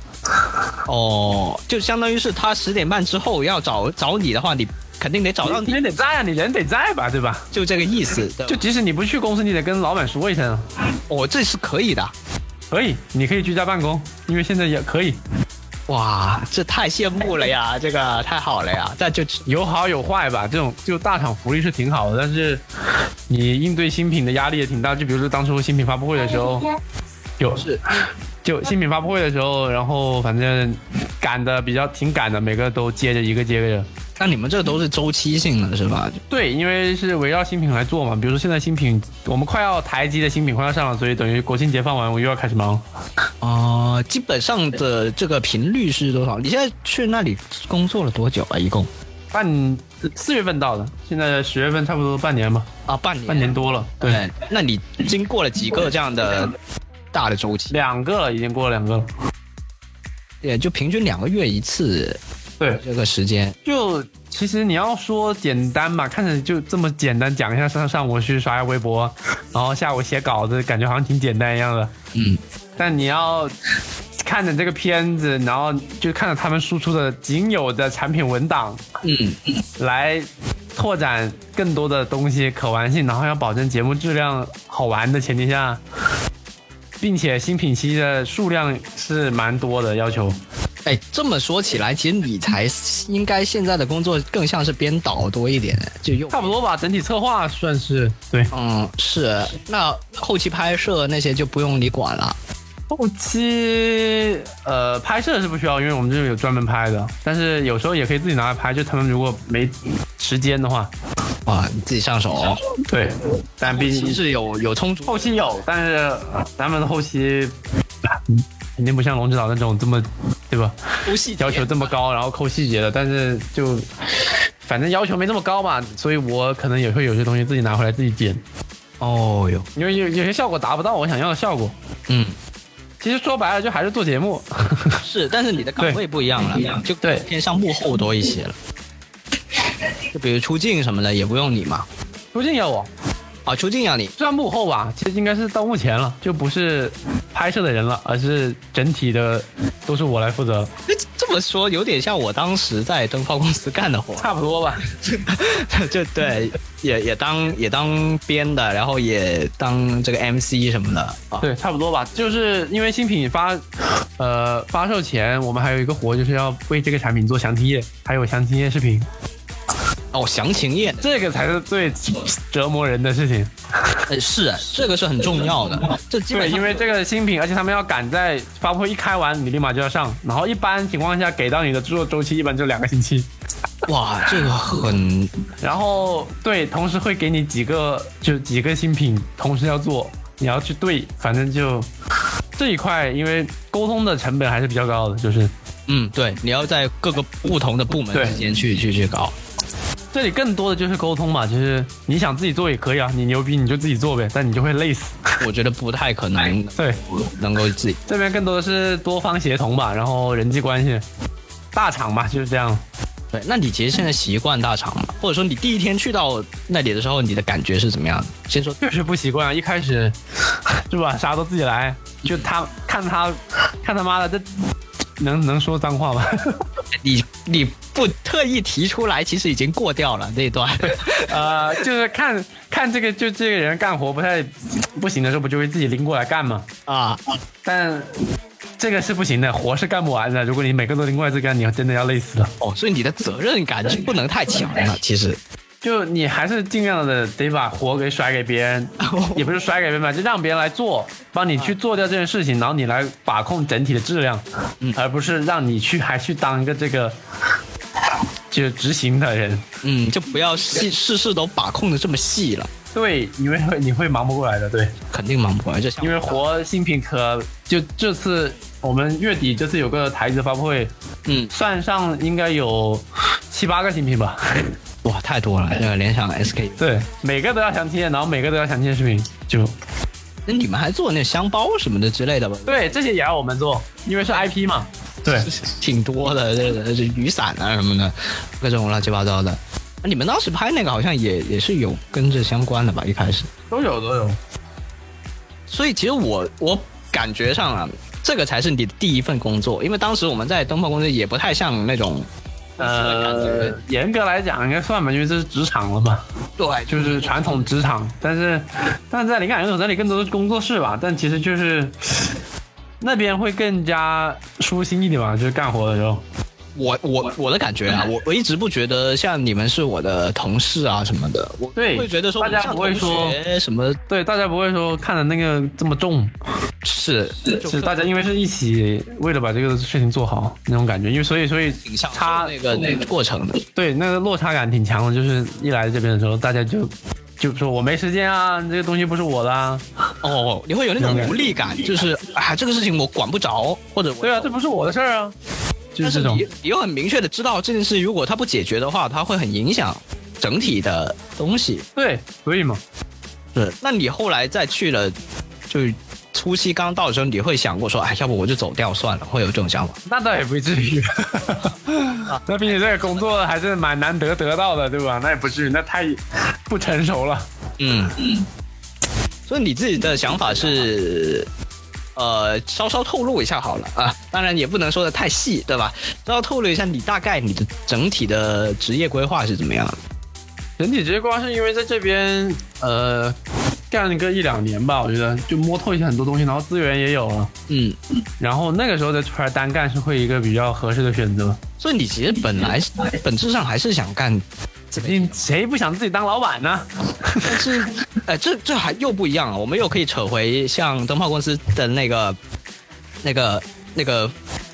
Speaker 1: 哦，就相当于是他十点半之后要找找你的话，你肯定得找到
Speaker 2: 你
Speaker 1: 你，
Speaker 2: 人得在啊，你人得在吧，对吧？
Speaker 1: 就这个意 思。
Speaker 2: 就
Speaker 1: 就
Speaker 2: 即使你不去公司，你得跟老板说一声啊。
Speaker 1: 哦，这是可以的。
Speaker 2: 可以，你可以居家办公，因为现在也可以，
Speaker 1: 哇，这太羡慕了呀！这个太好了呀！那就
Speaker 2: 有好有坏吧。这种就大厂福利是挺好的，但是你应对新品的压力也挺大。就比如说当初新品发布会的时候，有
Speaker 1: 是
Speaker 2: 就新品发布会的时候，然后反正赶的比较挺赶的，每个都接着一个接着。
Speaker 1: 那你们这都是周期性的，是吧？
Speaker 2: 对，因为是围绕新品来做嘛。比如说现在新品，我们快要台机的新品快要上了，所以等于国庆节放完，我又要开始忙。
Speaker 1: 哦、基本上的这个频率是多少？你现在去那里工作了多久啊？一共
Speaker 2: 半四月份到的，现在十月份差不多半年吧，
Speaker 1: 啊，半年。
Speaker 2: 半年。多了。对，
Speaker 1: 对，那你经过了几个这样的大的周期？
Speaker 2: 两个了，已经过了两个了。
Speaker 1: 也就平均两个月一次
Speaker 2: 对，
Speaker 1: 这个时间。
Speaker 2: 就其实你要说简单嘛，看着就这么简单，讲一下上上午去刷下微博，然后下午写稿子，感觉好像挺简单一样的。
Speaker 1: 嗯，
Speaker 2: 但你要看着这个片子，然后就看着他们输出的仅有的产品文档，
Speaker 1: 嗯，
Speaker 2: 来拓展更多的东西可玩性，然后要保证节目质量好玩的前提下，并且新品期的数量是蛮多的要求。
Speaker 1: 哎，这么说起来，其实你才应该现在的工作更像是编导多一点，就用
Speaker 2: 差不多吧，整体策划算是对。
Speaker 1: 嗯是，那后期拍摄那些就不用你管了。
Speaker 2: 后期呃拍摄是不需要，因为我们这个有专门拍的，但是有时候也可以自己拿来拍，就他们如果没时间的话，
Speaker 1: 哇，啊你自己上手，
Speaker 2: 对，但毕
Speaker 1: 其
Speaker 2: 竟
Speaker 1: 实是有有充足
Speaker 2: 后期有，但是呃咱们的后期。嗯肯定不像龙指导那种这么，对吧？
Speaker 1: 抠细
Speaker 2: 要求这么高，然后抠细节的，但是就反正要求没这么高吧，所以我可能也会有些东西自己拿回来自己剪，
Speaker 1: 哦哟，
Speaker 2: 因为有有些效果达不到我想要的效果。
Speaker 1: 嗯
Speaker 2: 其实说白了就还是做节目，
Speaker 1: 是，但是你的岗位不一样了，就
Speaker 2: 对
Speaker 1: 偏向幕后多一些了。就比如出镜什么的也不用你嘛，
Speaker 2: 不一定要我，
Speaker 1: 啊，出镜要你
Speaker 2: 算幕后吧，其实应该是到目前了，就不是拍摄的人了，而是整体的都是我来负责了，
Speaker 1: 这这么说有点像我当时在灯泡公司干的活，
Speaker 2: 差不多吧。
Speaker 1: 就对，也也当也当编的，然后也当这个 MC 什么的啊。
Speaker 2: 对，差不多吧。就是因为新品发，呃，发售前我们还有一个活，就是要为这个产品做详情页，还有详情页视频，
Speaker 1: 哦，详情页
Speaker 2: 这个才是最折磨人的事情。
Speaker 1: 呃是这个是很重要 的，这基
Speaker 2: 对，
Speaker 1: 本上
Speaker 2: 因为这个新品，而且他们要赶在发布会一开完，你立马就要上，然后一般情况下给到你的制作周期一般就两个星期，
Speaker 1: 哇，这个很
Speaker 2: 然后对，同时会给你几个就几个新品同时要做，你要去对，反正就这一块，因为沟通的成本还是比较高的，就是
Speaker 1: 嗯，对，你要在各个不同的部门
Speaker 2: 对
Speaker 1: 之间去去去搞。
Speaker 2: 这里更多的就是沟通嘛，就是你想自己做也可以啊，你牛逼你就自己做呗，但你就会累死。
Speaker 1: 我觉得不太可能
Speaker 2: 对，
Speaker 1: 能够自己。
Speaker 2: 这边更多的是多方协同吧，然后人际啊关系，大厂嘛就是这样。
Speaker 1: 对，那你其实现在习惯大厂吗？或者说你第一天去到那里的时候，你的感觉是怎么样的？先说
Speaker 2: 确实不习惯，一开始是吧，啥都自己来，就他看他看他妈的，这能能说脏话吗？
Speaker 1: 你你不特意提出来，其实已经过掉了那 段。
Speaker 2: 呃，就是看看这个就这个人干活不太不行的时候，不就会自己拎过来干嘛？
Speaker 1: 啊，
Speaker 2: 但这个是不行的，活是干不完的。如果你每个都拎过来自己干，你真的要累死了。
Speaker 1: 哦，所以你的责任感是不能太强了，哎其实。
Speaker 2: 就你还是尽量的得把活给甩给别人，也不是甩给别人吧，就让别人来做，帮你去做掉这件事情，然后你来把控整体的质量，而不是让你去还去当一个这个 就执行的人。
Speaker 1: 嗯，就不要细事事都把控的这么细了，
Speaker 2: 对，你会你会忙不过来的，对，
Speaker 1: 肯定忙不过来。就像
Speaker 2: 因为活新品可就这次我们月底这次有个台子发布会，
Speaker 1: 嗯，
Speaker 2: 算上应该有七八个新品吧，
Speaker 1: 哇，太多
Speaker 2: 哎
Speaker 1: 了，这个联想 SK。
Speaker 2: 对，每个都要详贴，然后每个都要详贴视频，就
Speaker 1: 那你们还做那箱包什么的之类的吧？
Speaker 2: 对，这些也要我们做，因为是 IP 嘛。对，
Speaker 1: 挺多的，这个这雨伞啊什么的，各种乱七八糟的。那你们当时拍那个好像也也是有跟这相关的吧？一开始，
Speaker 2: 都有都有。
Speaker 1: 所以其实我我感觉上啊，这个才是你的第一份工作，因为当时我们在东方公司也不太像那种，
Speaker 2: 呃，严格来讲应该算吧，因为这是职场了嘛，
Speaker 1: 对，就
Speaker 2: 就是传统职场。但是，但是在灵感人手那里更多的是工作室吧，但其实就是那边会更加舒心一点吧，就是干活的时候。
Speaker 1: 我我我的感觉啊，我我一直不觉得像你们是我的同事啊什么的，我
Speaker 2: 对
Speaker 1: 会觉得说
Speaker 2: 大家
Speaker 1: 我像
Speaker 2: 不会说
Speaker 1: 同学什么
Speaker 2: 对，大家不会说看的那个这么重，
Speaker 1: 是
Speaker 2: 是大家因为是一起为了把这个事情做好那种感觉，因为所以所以
Speaker 1: 挺像
Speaker 2: 差
Speaker 1: 那个那个过程的，
Speaker 2: 对，那个落差感挺强的，就是一来这边的时候，大家就就说我没时间啊，这个东西不是我的啊，
Speaker 1: 哦，你会有那种
Speaker 2: 明白
Speaker 1: 无力感，就是啊，这个事情我管不着，或者我
Speaker 2: 对啊，这不是我的事儿啊，就
Speaker 1: 但
Speaker 2: 是
Speaker 1: 是
Speaker 2: 这种
Speaker 1: 你。你又很明确的知道这件事，如果它不解决的话，它会很影响整体的东西。
Speaker 2: 对，所以嘛，
Speaker 1: 是，那你后来再去了，就初期刚到的时候，你会想过说，哎，要不我就走掉算了，会有这种想法。
Speaker 2: 那倒也不至于。
Speaker 1: 啊
Speaker 2: 那并且这个工作还是蛮难得得到的，对吧？那也不至于，那太不成熟了。
Speaker 1: 嗯， 所以你自己的想法是，呃，稍稍透露一下好了啊，当然也不能说的太细，对吧？稍稍透露一下你大概你的整体的职业规划是怎么样的？
Speaker 2: 整体结构是因为在这边，呃，干个一两年吧，我觉得就摸透一下很多东西，然后资源也有了，
Speaker 1: 嗯，
Speaker 2: 然后那个时候再出来单干是会一个比较合适的选择。
Speaker 1: 所以你其实本来是本质上还是想干这个
Speaker 2: 你谁不想自己当老板呢？
Speaker 1: 但是， 哎，这这还又不一样了。我们又可以扯回像灯泡公司的那个、那个、那个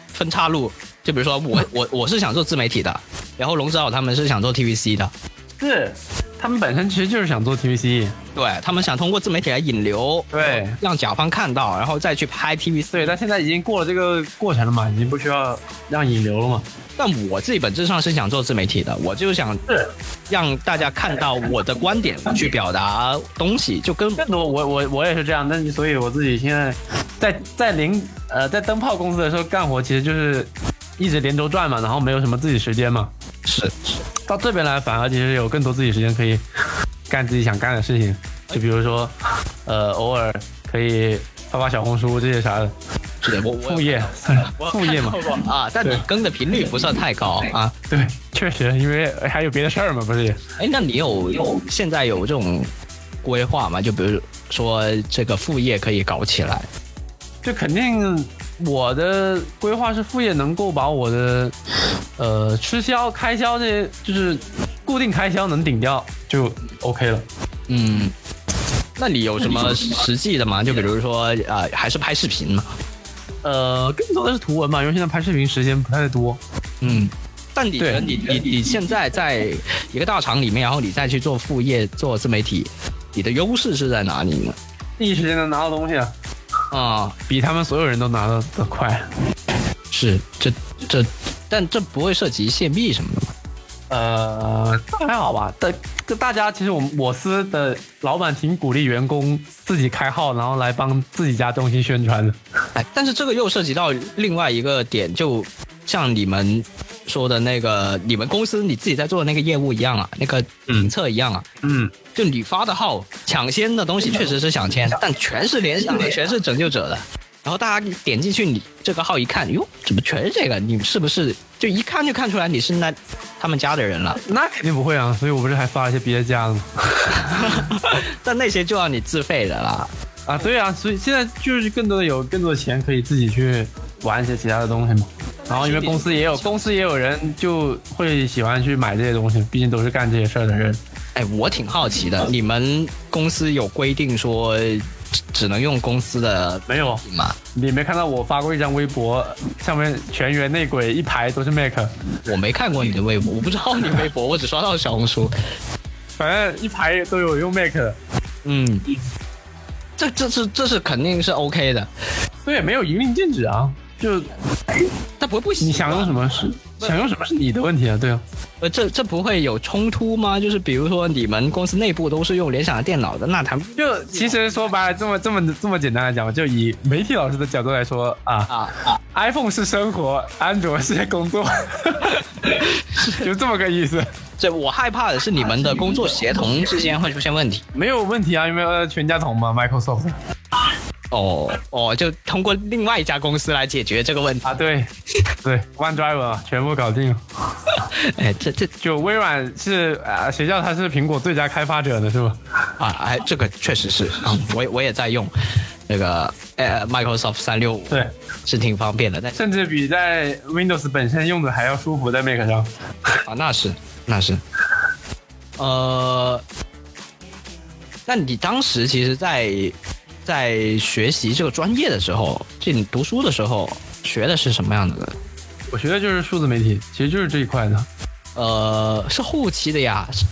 Speaker 1: 分岔路。就比如说我，我我是想做自媒体的，然后龙之奥他们是想做 TVC 的，
Speaker 2: 是，他们本身其实就是想做 TVC，
Speaker 1: 对他们想通过自媒体来引流，
Speaker 2: 对
Speaker 1: 让甲方看到，然后再去拍 TVC。
Speaker 2: 对，但现在已经过了这个过程了嘛，已经不需要让引流了嘛。
Speaker 1: 但我自己本质上是想做自媒体的，我就想
Speaker 2: 是，
Speaker 1: 让大家看到我的观点，去表达东西，就跟
Speaker 2: 更多我我我也是这样，但是所以我自己现在在在零呃在灯泡公司的时候干活，其实就是一直连轴转嘛，然后没有什么自己时间嘛。
Speaker 1: 是
Speaker 2: 到这边来反而其实有更多自己时间可以干自己想干的事情，就比如说呃偶尔可以发发小红书这些啥的
Speaker 1: 是的，我我
Speaker 2: 副业，副业嘛。
Speaker 1: 啊，但你
Speaker 2: 对
Speaker 1: 更的频率不算太高啊。
Speaker 2: 对，确实，因为还有别的事儿嘛，不是也？
Speaker 1: 哎，那你有现在有这种规划吗？就比如说这个副业可以搞起来，
Speaker 2: 就肯定我的规划是副业能够把我的呃吃销开销这些就是固定开销能顶掉就 OK 了。
Speaker 1: 嗯，那你有什么实际的吗？就比如说啊、呃还是拍视频嘛，
Speaker 2: 呃，更多的是图文嘛，因为现在拍视频时间不太多。
Speaker 1: 嗯。但你觉得
Speaker 2: 对
Speaker 1: 你你你现在在一个大厂里面，然后你再去做副业做自媒体，你的优势是在哪里呢？
Speaker 2: 第一时间能拿到东西，
Speaker 1: 啊、
Speaker 2: 比他们所有人都拿的的快。
Speaker 1: 是这这，但这不会涉及泄密什么的嘛？
Speaker 2: 呃，还好吧。但大家其实我们我司的老板挺鼓励员工自己开号，然后来帮自己家东西宣传的。
Speaker 1: 哎，但是这个又涉及到另外一个点，就像你们说的那个，你们公司你自己在做的那个业务一样啊，那个评测一样啊，
Speaker 2: 嗯，
Speaker 1: 就你发的号抢先的东西确实是抢先，但全是联想的，全是拯救者的。然后大家点进去你这个号一看，哟，怎么全是这个？你是不是就一看就看出来你是那他们家的人了？
Speaker 2: 那肯定不会啊，所以我不是还发了一些别的家的吗？
Speaker 1: 但那些就要你自费的啦。
Speaker 2: 啊，对啊，所以现在就是更多的有更多的钱可以自己去玩一些其他的东西嘛。然后因为公司也有公司也有人就会喜欢去买这些东西，毕竟都是干这些事儿的人。
Speaker 1: 哎，我挺好奇的，你们公司有规定说只只能用公司的
Speaker 2: 没有，
Speaker 1: 吗？
Speaker 2: 你没看到我发过一张微博，上面全员内鬼一排都是 Mac，
Speaker 1: 我没看过你的微博，我不知道你微博，我只刷到小红书。
Speaker 2: 反正一排都有用 Mac 的，
Speaker 1: 嗯，这这是这是肯定是 OK 的，
Speaker 2: 所以也没有明令禁止啊。就
Speaker 1: 但不会不行。啊
Speaker 2: 你想用什么是想用什么是你的问题啊，对啊。
Speaker 1: 呃，这这不会有冲突吗？就是比如说你们公司内部都是用联想的电脑的，那他们
Speaker 2: 就其实说白了，这么这么这么简单来讲吧，就以媒体老师的角度来说啊
Speaker 1: 啊啊，
Speaker 2: iPhone 是生活，安卓是工作， 就这么个意思。
Speaker 1: 这我害怕的是你们的工作协同之间会出现问题。
Speaker 2: 没有问题啊，因为呃全家桶嘛，Microsoft
Speaker 1: 哦哦，就通过另外一家公司来解决这个问题。
Speaker 2: 啊，对对，OneDrive 啊，全部搞定。
Speaker 1: 哎，这这
Speaker 2: 就微软是啊，谁叫它是苹果最佳开发者呢，是吧？
Speaker 1: 啊，哎，这个确实是，嗯，我也我也在用那个呃 Microsoft 三六五，
Speaker 2: 对，
Speaker 1: 是挺方便的，但
Speaker 2: 甚至比在 Windows 本身用的还要舒服，在 Mac 上。
Speaker 1: 啊，那是那是，呃，那你当时其实在，在学习这个专业的时候，就你读书的时候学的是什么样的？
Speaker 2: 我学的就是数字媒体，其实就是这一块的，
Speaker 1: 呃，是后期的呀，是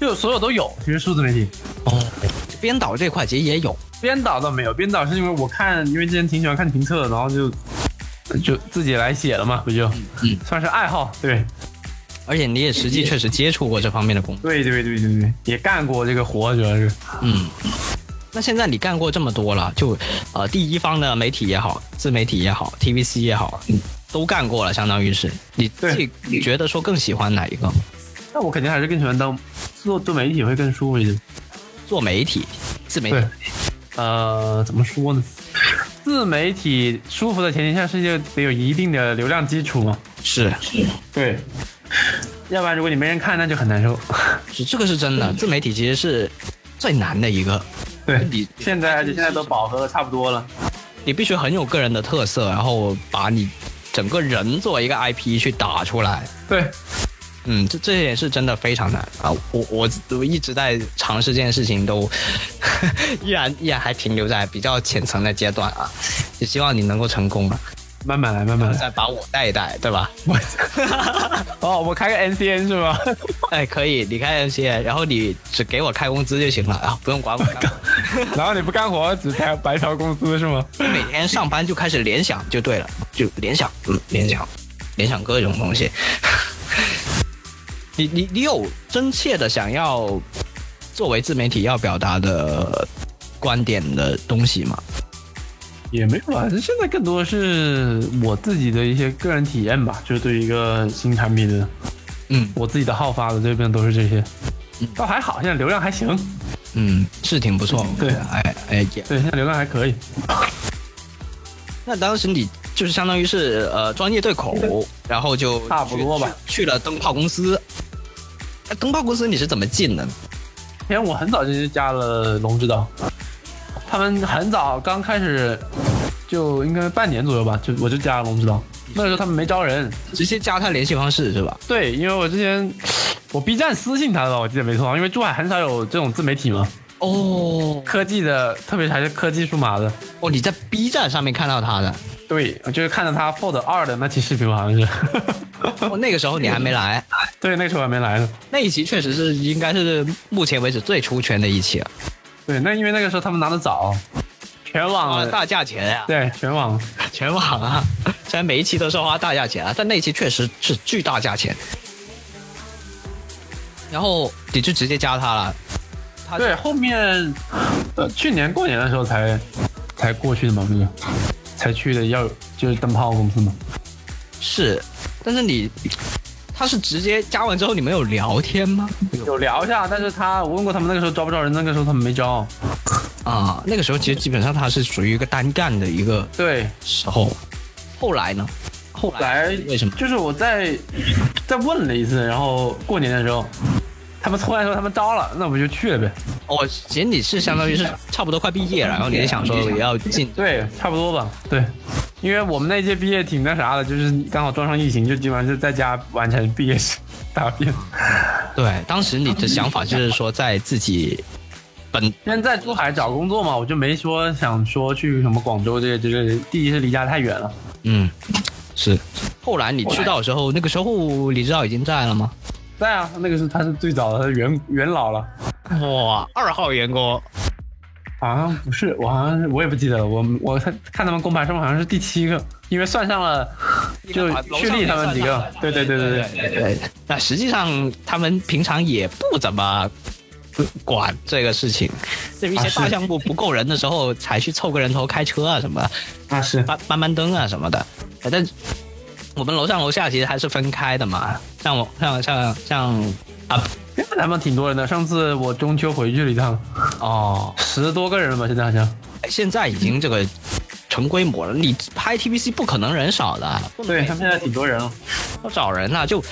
Speaker 2: 就所有都有。其实数字媒体
Speaker 1: 编导这块其实也有，
Speaker 2: 编导倒没有，编导是因为我看，因为之前挺喜欢看评测的，然后就就自己来写了嘛，不就，
Speaker 1: 嗯
Speaker 2: 算是爱好。对，
Speaker 1: 而且你也实际确实接触过这方面的工作。
Speaker 2: 对对对对对，也干过这个活，主要是
Speaker 1: 嗯，那现在你干过这么多了，就呃第一方的媒体也好，自媒体也好，TVC 也好，嗯，都干过了，相当于是你自己你觉得说更喜欢哪一个？
Speaker 2: 那我肯定还是更喜欢当做做媒体会更舒服一点。
Speaker 1: 做媒体，自媒体
Speaker 2: 对，呃，怎么说呢？自媒体舒服的前提下是就得有一定的流量基础嘛。
Speaker 1: 是
Speaker 2: 对，要不然如果你没人看，那就很难受。
Speaker 1: 是这个是真的，自媒体其实是最难的一个，
Speaker 2: 对，
Speaker 1: 你
Speaker 2: 现在而且现在都饱和的差不多了。
Speaker 1: 你必须很有个人的特色，然后把你整个人作为一个 IP 去打出来。
Speaker 2: 对，
Speaker 1: 嗯，这这也是真的非常难啊！我我我一直在尝试这件事情都， 依然依然还停留在比较浅层的阶段啊，也希望你能够成功啊，
Speaker 2: 慢慢来，慢慢来。
Speaker 1: 再把我带一带，对吧？
Speaker 2: 哦，我开个 NCN 是吧？
Speaker 1: 哎，可以，你开 MC，然后你只给我开工资就行了啊，不用管我干嘛。
Speaker 2: 然后你不干活，只白白嫖公司是吗？
Speaker 1: 每天上班就开始联想就对了，就联想，嗯，联想，联想各种东西。 你你你有真切的想要作为自媒体要表达的观点的东西吗？
Speaker 2: 也没有啊，现在更多是我自己的一些个人体验吧，就是对一个新产品的
Speaker 1: 嗯
Speaker 2: 我自己的号发的这边都是这些
Speaker 1: 嗯，
Speaker 2: 倒还好，现在流量还行，
Speaker 1: 嗯，是挺不错。
Speaker 2: 对
Speaker 1: 哎哎也。
Speaker 2: 对，现在流量还可以。
Speaker 1: 那当时你就是相当于是呃专业对口，然后就
Speaker 2: 差不多吧
Speaker 1: 去，去去了灯泡公司。那灯泡公司你是怎么进的呢？
Speaker 2: 因为我很早就去加了龙之岛，他们很早刚开始就应该半年左右吧，就我就加了龙之岛，那时候他们没招人，
Speaker 1: 直接加他联系方式是吧？
Speaker 2: 对，因为我之前我 B 站私信他的吧，我记得没错啊，因为珠海很少有这种自媒体嘛，
Speaker 1: 哦
Speaker 2: 科技的，特别还是科技数码的。
Speaker 1: 哦，你在 B 站上面看到 他的。
Speaker 2: 对，就是看到他 Fold 二的那期视频，我好像是。
Speaker 1: 哦，那个时候你还没来，
Speaker 2: 对，那个时候还没来呢。
Speaker 1: 那一期确实是应该是目前为止最出圈的一期了，
Speaker 2: 对，那因为那个时候他们拿的早，全
Speaker 1: 花
Speaker 2: 网
Speaker 1: 了大价钱呀、
Speaker 2: 对全网
Speaker 1: 全网啊，虽然每一期都是花大价钱啊，但那一期确实是巨大价钱。然后你就直接加他了，他
Speaker 2: 对，后面呃去年过年的时候才才过去的嘛，不是？才去的要就是灯泡公司嘛。
Speaker 1: 是，但是你他是直接加完之后你们有聊天吗？
Speaker 2: 有聊一下，但是他我问过他们那个时候招不招人，那个时候他们没招。
Speaker 1: 啊，那个时候其实基本上他是属于一个单干的一个
Speaker 2: 对，
Speaker 1: 时候。后来呢？后来
Speaker 2: 来
Speaker 1: 为什么？
Speaker 2: 就是我再再问了一次，然后过年的时候，他们突然说他们招了，那我们就去了呗。
Speaker 1: 哦，其实你是相当于是差不多快毕业了，然后你也想说我要进
Speaker 2: 对，差不多吧。对，因为我们那届毕业挺那啥的，就是刚好撞上疫情，就基本上就在家完成毕业式答辩。
Speaker 1: 对，当时你的想法就是说，在自己本
Speaker 2: 因为在珠海找工作嘛，我就没说想说去什么广州这些之类的。第一是离家太远了，
Speaker 1: 嗯是。后来你去到的时候，那个时候李指导已经在了吗？
Speaker 2: 在啊，那个是他是最早的，他是元元老了。
Speaker 1: 哇，二号员工
Speaker 2: 好像啊不是，我好像是我也不记得了。我我看看他们公牌上好像是第七个，因为算上了就蓄力他们几个。对对对对对，
Speaker 1: 对对。那实际上他们平常也不怎么。管这个事情，对于一些
Speaker 2: 啊是
Speaker 1: 大项目不够人的时候，才去凑个人头开车啊什么的，
Speaker 2: 那是
Speaker 1: 搬搬搬灯啊什么的。哎但我们楼上楼下其实还是分开的嘛，像我像像像啊
Speaker 2: 他们挺多人的。上次我中秋回去了一趟，
Speaker 1: 哦，
Speaker 2: 十多个人了吧，现在好像。
Speaker 1: 哎现在已经这个成规模了，你拍 TVC 不可能人少的，
Speaker 2: 对他们现在挺多人了。
Speaker 1: 要找人呐、就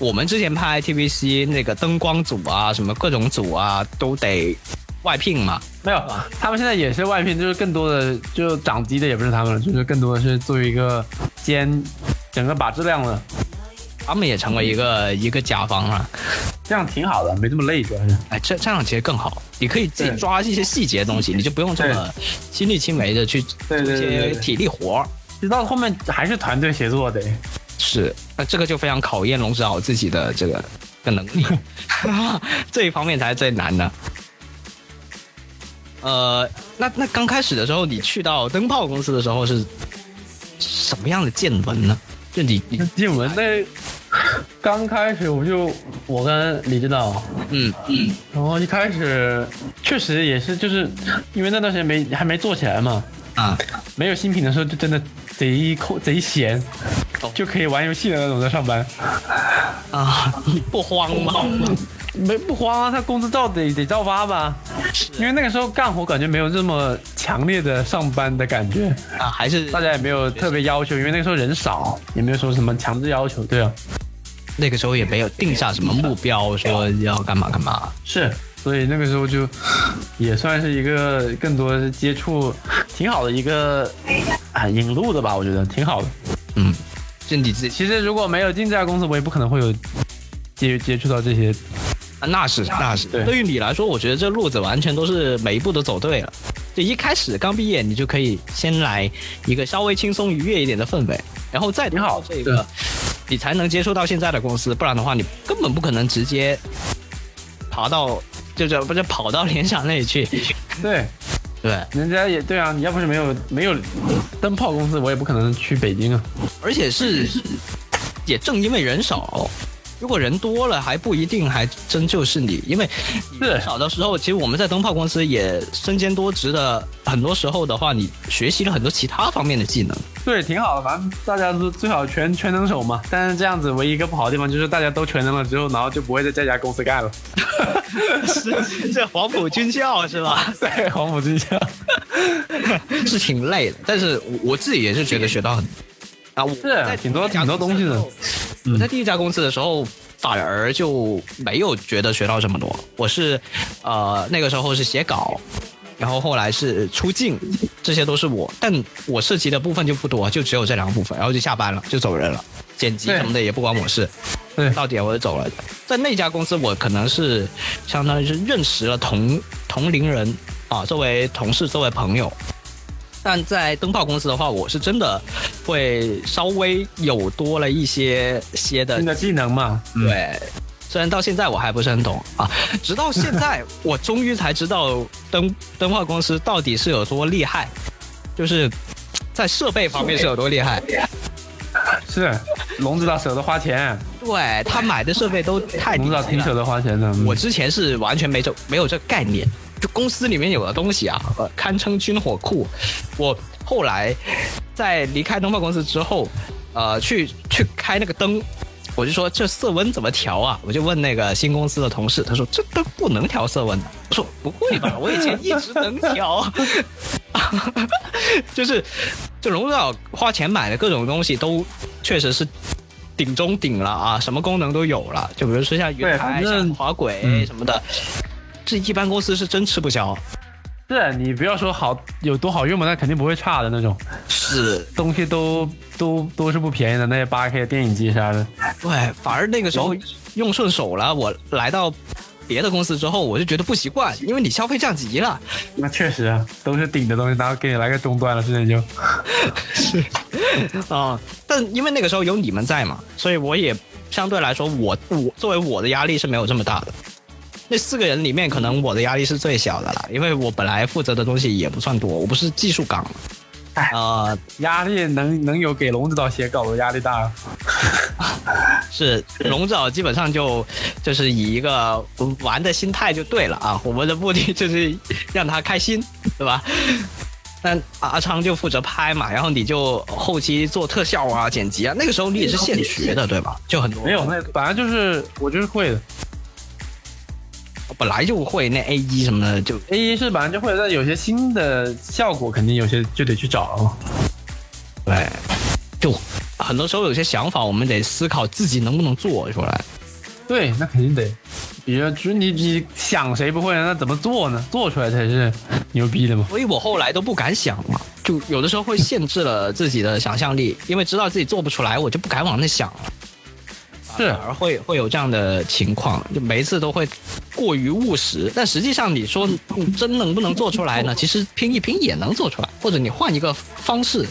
Speaker 1: 我们之前拍 TVC 那个灯光组啊，什么各种组啊，都得外聘嘛。
Speaker 2: 没有，他们现在也是外聘，就是更多的就掌机的也不是他们了，就是更多的是作为一个兼整个把质量的，
Speaker 1: 他们也成为一
Speaker 2: 嗯
Speaker 1: 个一个甲方了，
Speaker 2: 这样挺好的，没这么累主要是。
Speaker 1: 哎，这这样其实更好，你可以自己
Speaker 2: 对
Speaker 1: 抓一些细节的东西，你就不用这么亲力亲为的去做
Speaker 2: 对
Speaker 1: 一
Speaker 2: 对对
Speaker 1: 些
Speaker 2: 对对
Speaker 1: 体力活儿。
Speaker 2: 直到后面还是团队协作的，
Speaker 1: 是，那呃这个就非常考验龙指导自己的这个的能力， 这一方面才是最难的。呃，那那刚开始的时候，你去到灯泡公司的时候是什么样的见闻呢？就你你
Speaker 2: 进文那刚开始我就我跟李指导，
Speaker 1: 嗯嗯
Speaker 2: 然后一开始确实也是就是因为那段时间没还没做起来嘛，
Speaker 1: 啊，
Speaker 2: 没有新品的时候就真的贼空贼闲
Speaker 1: 哦，
Speaker 2: 就可以玩游戏的那种在上班，
Speaker 1: 啊，不慌吗？
Speaker 2: 没不慌啊，他工资照得得照发吧，因为那个时候干活感觉没有这么强烈的上班的感觉，
Speaker 1: 啊，还是
Speaker 2: 大家也没有特别要求，因为那个时候人少，也没有说什么强制要求，对啊，
Speaker 1: 那个时候也没有定下什么目标，说要干嘛干嘛。
Speaker 2: 是，所以那个时候就也算是一个更多接触挺好的一个啊引路的吧，我觉得挺好的。
Speaker 1: 嗯，就你自己
Speaker 2: 其实如果没有进这家公司，我也不可能会有接接触到这些。
Speaker 1: 啊，那是那是，
Speaker 2: 对
Speaker 1: 对于你来说，我觉得这路子完全都是每一步都走对了。就一开始刚毕业，你就可以先来一个稍微轻松愉悦一点的氛围，然后再
Speaker 2: 挺好
Speaker 1: 到这
Speaker 2: 对
Speaker 1: 个，你才能接触到现在的公司，不然的话，你根本不可能直接爬到，就这不是跑到联想那里去。
Speaker 2: 对，
Speaker 1: 对，
Speaker 2: 人家也对啊，你要不是没有没有灯泡公司，我也不可能去北京啊。
Speaker 1: 而且是也正因为人少。如果人多了，还不一定，还真就是你，因为
Speaker 2: 是
Speaker 1: 人少的时候，其实我们在灯泡公司也身兼多职的，很多时候的话，你学习了很多其他方面的技能。
Speaker 2: 对，挺好的，反正大家都最好全全能手嘛。但是这样子唯一一个不好的地方就是大家都全能了之后，然后就不会在这家公司 干了。
Speaker 1: 是这黄埔军校是吧？
Speaker 2: 对，黄埔军校。
Speaker 1: 是挺累的，但是我我自己也是觉得学到很啊，我在
Speaker 2: 是挺多挺多东西的。嗯
Speaker 1: 我在第一家公司的时候，反而就没有觉得学到这么多。我是，呃，那个时候是写稿，然后后来是出镜，这些都是我，但我涉及的部分就不多，就只有这两个部分，然后就下班了，就走人了。剪辑
Speaker 2: 对
Speaker 1: 什么的也不关我事，
Speaker 2: 对
Speaker 1: 到点我就走了。在那家公司，我可能是相当于是认识了同同龄人啊，作为同事，作为朋友。但在灯泡公司的话，我是真的会稍微有多了一些些的
Speaker 2: 新的技能嘛，
Speaker 1: 对，虽然到现在我还不是很懂啊，直到现在我终于才知道灯灯泡公司到底是有多厉害，就是在设备方面是有多厉害。
Speaker 2: 是龙指导舍得花钱，
Speaker 1: 对他买的设备都太
Speaker 2: 龙
Speaker 1: 低
Speaker 2: 指导
Speaker 1: 级
Speaker 2: 挺舍
Speaker 1: 了。
Speaker 2: 得花钱的。嗯
Speaker 1: 我之前是完全没这没有这个概念，就公司里面有的东西啊，呃堪称军火库。我后来在离开东方公司之后，呃，去去开那个灯。我就说这色温怎么调啊？我就问那个新公司的同事，他说这灯不能调色温的。我说不会吧，我以前一直能调。就是就荣耀花钱买的各种东西都确实是顶中顶了啊，什么功能都有了。就比如说像云
Speaker 2: 对
Speaker 1: 台、
Speaker 2: 反正
Speaker 1: 像滑轨
Speaker 2: 嗯
Speaker 1: 什么的，这一般公司是真吃不消。
Speaker 2: 是你不要说好有多好用啊嘛，那肯定不会差的那种，
Speaker 1: 是，
Speaker 2: 东西都都都是不便宜的，那些八 K 电影机啥的。
Speaker 1: 对，反而那个时
Speaker 2: 哦
Speaker 1: 候用顺手了。我来到别的公司之后，我就觉得不习惯，因为你消费降级了。
Speaker 2: 那确实啊，都是顶的东西，然后给你来个中端了，现在就
Speaker 1: 啊、但因为那个时候有你们在嘛，所以我也相对来说，我我作为我的压力是没有这么大的。那四个人里面，可能我的压力是最小的了，因为我本来负责的东西也不算多，我不是技术岗。
Speaker 2: 哎
Speaker 1: 啊、
Speaker 2: 压力能能有给龙指导写稿的压力大啊。
Speaker 1: 是龙爪基本上就就是以一个玩的心态就对了啊，我们的目的就是让他开心，对吧？但阿阿昌就负责拍嘛，然后你就后期做特效啊、剪辑啊，那个时候你也是现学的，对吧？就很多
Speaker 2: 没有，那本来就是我就是会的
Speaker 1: 本来就会那 A 一什么的，就
Speaker 2: ，A 一是本来就会的，但有些新的效果肯定有些就得去找啊。
Speaker 1: 对，哎就很多时候有些想法，我们得思考自己能不能做出来。
Speaker 2: 对，那肯定得。比如，就是你你想谁不会，那怎么做呢？做出来才是牛逼的嘛。
Speaker 1: 所以我后来都不敢想嘛，就有的时候会限制了自己的想象力，因为知道自己做不出来，我就不敢往那想了。
Speaker 2: 是
Speaker 1: 反而会会有这样的情况，就每一次都会过于务实。但实际上，你说嗯真能不能做出来呢？其实拼一拼也能做出来，或者你换一个方式，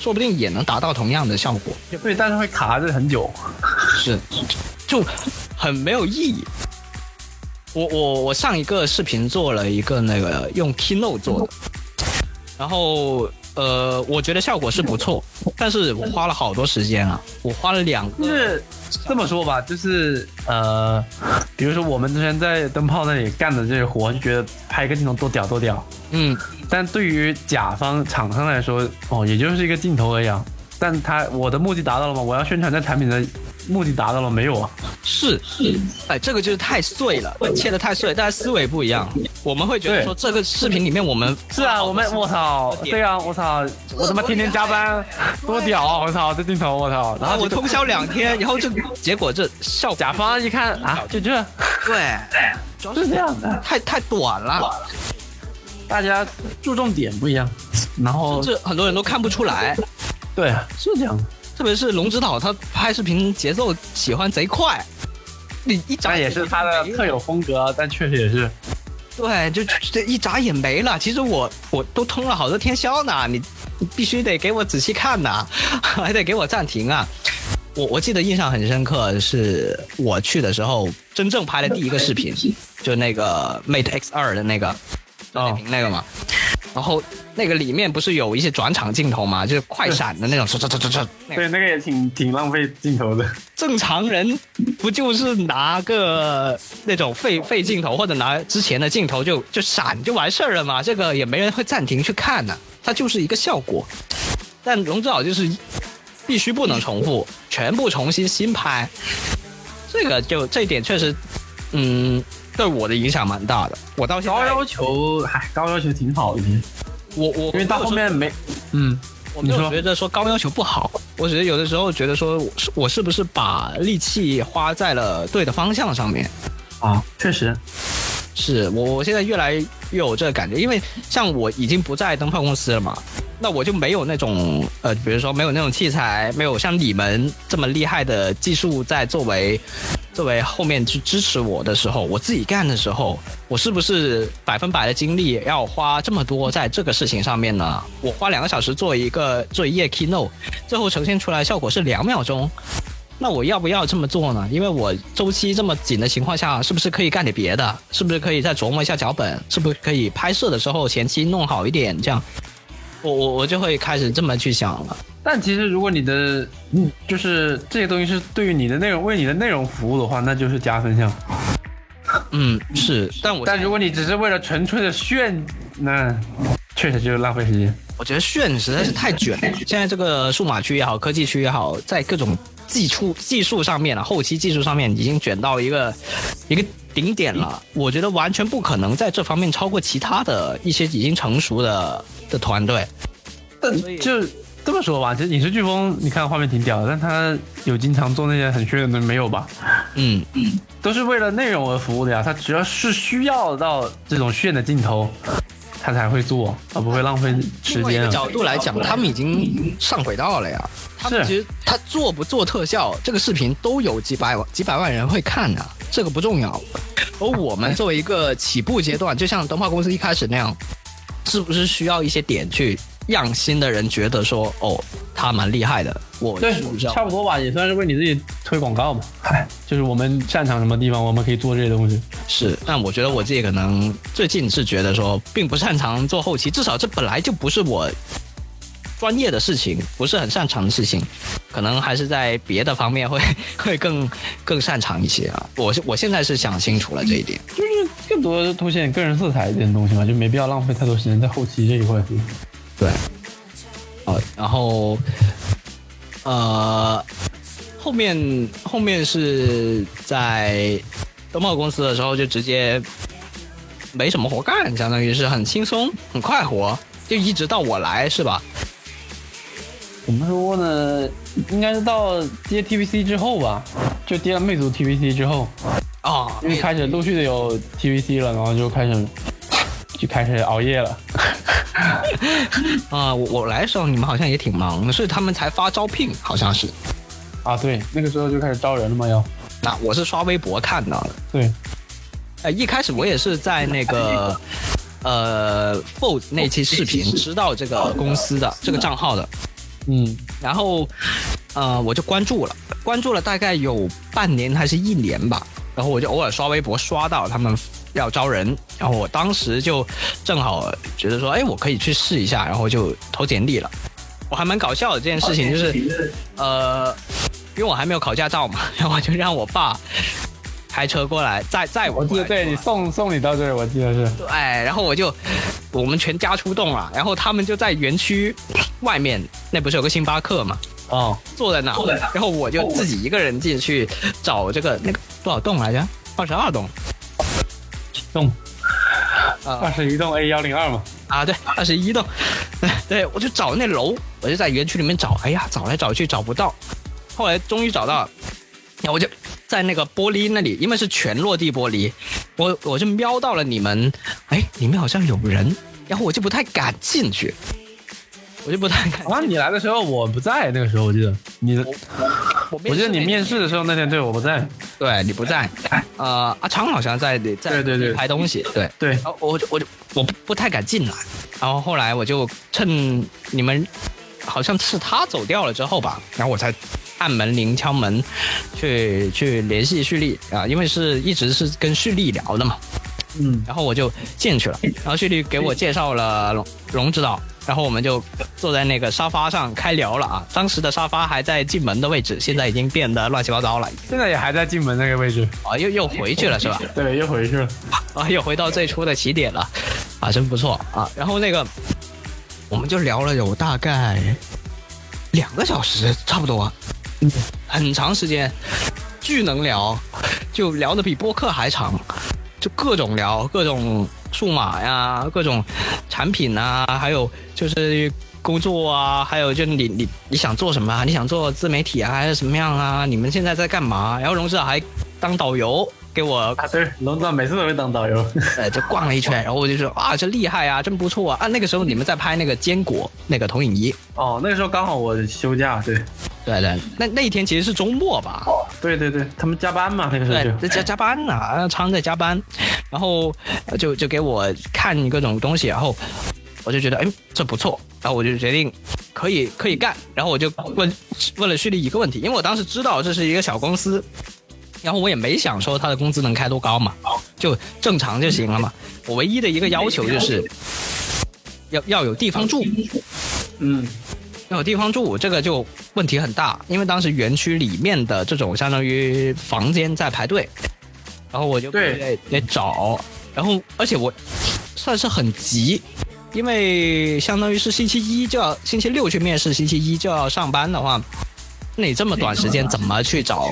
Speaker 1: 说不定也能达到同样的效果。
Speaker 2: 对，但是会卡着很久。
Speaker 1: 是，就很没有意义。我我我上一个视频做了一个那个用 Keynote 做的，然后呃，我觉得效果是不错，但是我花了好多时间啊，我花了两
Speaker 2: 就
Speaker 1: 个，
Speaker 2: 是这么说吧，就是呃，比如说我们之前在灯泡那里干的这些活，就觉得拍一个镜头多屌多屌，
Speaker 1: 嗯，
Speaker 2: 但对于甲方厂商来说，哦，也就是一个镜头而已啊。但他我的目的达到了吗？我要宣传这产品的目的达到了没有啊？
Speaker 1: 是是，哎，这个就是太碎了，切的太碎，大家思维不一样，我们会觉得
Speaker 2: 对
Speaker 1: 说这个视频里面我们
Speaker 2: 是啊，我们我操，对啊，我操，我他妈天天加班，多屌啊！我操，这镜头我操，然
Speaker 1: 然后
Speaker 2: 后
Speaker 1: 我
Speaker 2: 结果
Speaker 1: 通宵两天，然后这结果这效果
Speaker 2: 甲方一看啊，就这，
Speaker 1: 对，主要是
Speaker 2: 这样的，
Speaker 1: 太太短了。
Speaker 2: 大家注重点不一样，然后
Speaker 1: 这很多人都看不出来，
Speaker 2: 对啊，是这样的，
Speaker 1: 特别是龙指导他拍视频节奏喜欢贼快，你一眨
Speaker 2: 但也
Speaker 1: 眼
Speaker 2: 是他的
Speaker 1: 没
Speaker 2: 特有风格，但确实也是，
Speaker 1: 对，就就这一眨眼没了。其实我我都通了好多天宵呢，你你必须得给我仔细看呐， 还得给我暂停啊。我我记得印象很深刻，是我去的时候真正拍的第一个视频，就那个 Mate X 二的那
Speaker 2: 哦
Speaker 1: 个短视频那个嘛。然后那个里面不是有一些转场镜头嘛，就是快闪的那种，唰唰唰唰唰，那个
Speaker 2: 对，那个也挺挺浪费镜头的，
Speaker 1: 正常人不就是拿个那种废废镜头，或者拿之前的镜头就就闪就完事儿了嘛？这个也没人会暂停去看呢、它就是一个效果。但龙之岛就是必须不能重复，全部重新新拍，这个就这一点确实，嗯，对我的影响蛮大的。我到现
Speaker 2: 高
Speaker 1: 在，
Speaker 2: 要求，嗨，高要求挺好的，因
Speaker 1: 我我
Speaker 2: 为到后面没，嗯，
Speaker 1: 我没有
Speaker 2: 你说
Speaker 1: 觉得说高要求不好，我只是有的时候觉得说我是我是不是把力气花在了对的方向上面。
Speaker 2: 啊，确实，
Speaker 1: 是我我现在越来越有这个感觉，因为像我已经不在灯泡公司了嘛，那我就没有那种呃，比如说没有那种器材，没有像你们这么厉害的技术在作为作为后面去支持我的时候，我自己干的时候，我是不是百分百的精力要花这么多在这个事情上面呢？我花两个小时做一个做一页 keynote，最后呈现出来效果是两秒钟。那我要不要这么做呢？因为我周期这么紧的情况下，是不是可以干点别的？是不是可以再琢磨一下脚本？是不是可以拍摄的时候前期弄好一点？这样，我我我就会开始这么去想了。
Speaker 2: 但其实如果你的嗯，就是这些东西是对于你的内容为你的内容服务的话，那就是加分项。
Speaker 1: 嗯，是，但我
Speaker 2: 但如果你只是为了纯粹的炫，那确实就是浪费时间。
Speaker 1: 我觉得炫实在是太卷
Speaker 2: 嗯
Speaker 1: 了。现在这个数码区也好，科技区也好，在各种技术技术上面了、啊后期技术上面已经卷到一个一个顶点了。
Speaker 2: 嗯
Speaker 1: 我觉得完全不可能在这方面超过其他的一些已经成熟的的团队。
Speaker 2: 但
Speaker 1: 所以
Speaker 2: 就这么说吧，其实影视飓风，你看画面挺屌的，但他有经常做那些很炫的东西没有吧？
Speaker 1: 嗯，
Speaker 2: 都是为了内容而服务的呀。他只要是需要到这种炫的镜头，他才会做，而不会浪费时
Speaker 1: 另外一
Speaker 2: 间
Speaker 1: 个
Speaker 2: 啊。
Speaker 1: 角度来讲，他们已经上轨道了呀。他们
Speaker 2: 是
Speaker 1: 其实他做不做特效，这个视频都有几百万几百万人会看的、这个不重要。而我们作为一个起步阶段，就像动画公司一开始那样，是不是需要一些点去让新的人觉得说，哦，他蛮厉害的，我
Speaker 2: 对
Speaker 1: 是不，啊是要
Speaker 2: 差不多吧，也算是为你自己推广告嘛。嗨，就是我们擅长什么地方，我们可以做这些东西。
Speaker 1: 是，但我觉得我自己可能最近是觉得说，并不擅长做后期，至少这本来就不是我专业的事情，不是很擅长的事情，可能还是在别的方面会 会更更擅长一些啊。我是我现在是想清楚了这一点，
Speaker 2: 就是更多地凸显个人色彩一点的东西嘛，就没必要浪费太多时间在后期这一块。
Speaker 1: 对，哦，然后呃，后面后面是在东茂公司的时候就直接没什么活干，相当于是很轻松很快活，就一直到我来是吧？
Speaker 2: 怎么说呢？应该是到接 TVC 之后吧，就接了魅族 TVC 之后，
Speaker 1: 哦，
Speaker 2: 因为开始陆续的有 TVC 了，然后就开始就开始熬夜了。
Speaker 1: 啊、我我来的时候你们好像也挺忙的，所以他们才发招聘，好像是。
Speaker 2: 啊，对，那个时候就开始招人了嘛，要
Speaker 1: 那我是刷微博看到的，
Speaker 2: 对，
Speaker 1: 呃，一开始我也是在那个呃 Fold 那期视频知道这个公司的这个账号的，
Speaker 2: 嗯，
Speaker 1: 然后呃我就关注了，关注了大概有半年还是一年吧，然后我就偶尔刷微博刷到他们要招人，然后我当时就正好觉得说，哎，我可以去试一下，然后就投简历了。我还蛮搞笑的这件事情，就是呃，因为我还没有考驾照嘛，然后我就让我爸开车过来载载我
Speaker 2: 我记
Speaker 1: 过
Speaker 2: 得
Speaker 1: 来
Speaker 2: 对哦你送送你到这儿，我记得是
Speaker 1: 哎，然后我就我们全家出动了，然后他们就在园区外面，那不是有个星巴克嘛，
Speaker 2: 哦，
Speaker 1: 坐在那，然后我就自己一个人进去找这个那个多少栋来着？二十二栋
Speaker 2: 动
Speaker 1: 啊
Speaker 2: 二十一栋 A 幺零二嘛，
Speaker 1: 啊，对，二十一栋， 对，我就找那楼，我就在园区里面找，哎呀，找来找去找不到，后来终于找到了，然后我就在那个玻璃那里，因为是全落地玻璃，我我就瞄到了你们，哎，里面好像有人，然后我就不太敢进去，我就不太敢进去
Speaker 2: 啊，你来的时候我不在，那个时候我记得你的，
Speaker 1: 我
Speaker 2: 我记得你
Speaker 1: 那
Speaker 2: 面试的时候那天对我不在，
Speaker 1: 对你不 在，呃，阿昌好像在在
Speaker 2: 对对对
Speaker 1: 拍东西，对，
Speaker 2: 对
Speaker 1: 然后哦我就我就我不不太敢进来，然后后来我就趁你们好像是他走掉了之后吧，然后我才按门铃敲门去去联系蓄力啊，因为是一直是跟蓄力聊的嘛，
Speaker 2: 嗯，
Speaker 1: 然后我就进去了，然后旭律给我介绍了龙龙指导，然后我们就坐在那个沙发上开聊了啊。当时的沙发还在进门的位置，现在已经变得乱七八糟了
Speaker 2: 现在也还在进门那个位置，
Speaker 1: 啊，又又回去了是吧？
Speaker 2: 对，又回去了。
Speaker 1: 啊，又回到最初的起点了，啊，真不错啊。然后那个我们就聊了有大概两个小时，差不多，很长时间，巨能聊，就聊得比播客还长，就各种聊，各种数码呀，各种产品啊，还有就是。工作啊，还有就你你你想做什么啊？你想做自媒体啊，还是什么样啊？你们现在在干嘛？然后荣志还当导游，给我
Speaker 2: 啊，对，龙总每次都会当导游。
Speaker 1: 呃，就逛了一圈，然后我就说哇，这厉害啊，真不错啊！啊，那个时候你们在拍那个坚果那个投影仪，
Speaker 2: 哦，那个时候刚好我休假，对，
Speaker 1: 对对，那那一天其实是周末吧？
Speaker 2: 对对对，他们加班嘛，那个时候
Speaker 1: 对，
Speaker 2: 就
Speaker 1: 在加加班呢、啊，昌在加班，然后呃就就给我看各种东西，然后我就觉得哎这不错，然后我就决定可以可以干，然后我就问问了旭丽一个问题，因为我当时知道这是一个小公司。然后我也没想说他的工资能开多高嘛，就正常就行了嘛。我唯一的一个要求就是，要要有地方住，
Speaker 3: 嗯，
Speaker 1: 要有地方住，这个就问题很大，因为当时园区里面的这种相当于房间在排队，然后我就
Speaker 2: 对
Speaker 1: 得得找，然后而且我算是很急，因为相当于是星期一就要星期六去面试，星期一就要上班的话，那你这么短时间怎么去找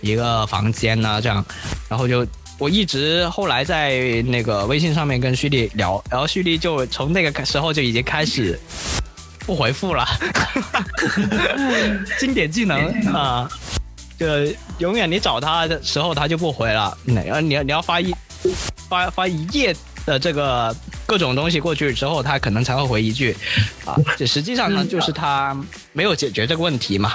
Speaker 1: 一个房间呢？这样，然后就。我一直后来在那个微信上面跟蓄力聊，然后蓄力就从那个时候就已经开始不回复了， 经典技能啊，就永远你找他的时候他就不回了，你要你要你要发一发发一页的这个各种东西过去之后，他可能才会回一句啊，这实际上呢就是他没有解决这个问题嘛，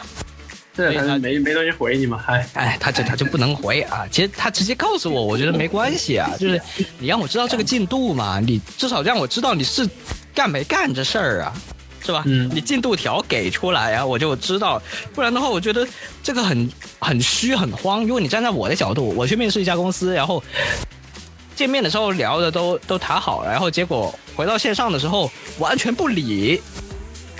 Speaker 2: 对
Speaker 1: 他
Speaker 2: 他
Speaker 1: 就
Speaker 2: 没没东西回你嘛，还
Speaker 1: 哎，他就他就不能回啊。其实他直接告诉我，我觉得没关系啊，就是你让我知道这个进度嘛，你至少让我知道你是干没干这事儿啊，是吧？
Speaker 2: 嗯
Speaker 1: 你进度条给出来啊，我就知道，不然的话，我觉得这个很很虚很慌。如果你站在我的角度，我去面试一家公司，然后见面的时候聊的都都谈好了，然后结果回到线上的时候完全不理，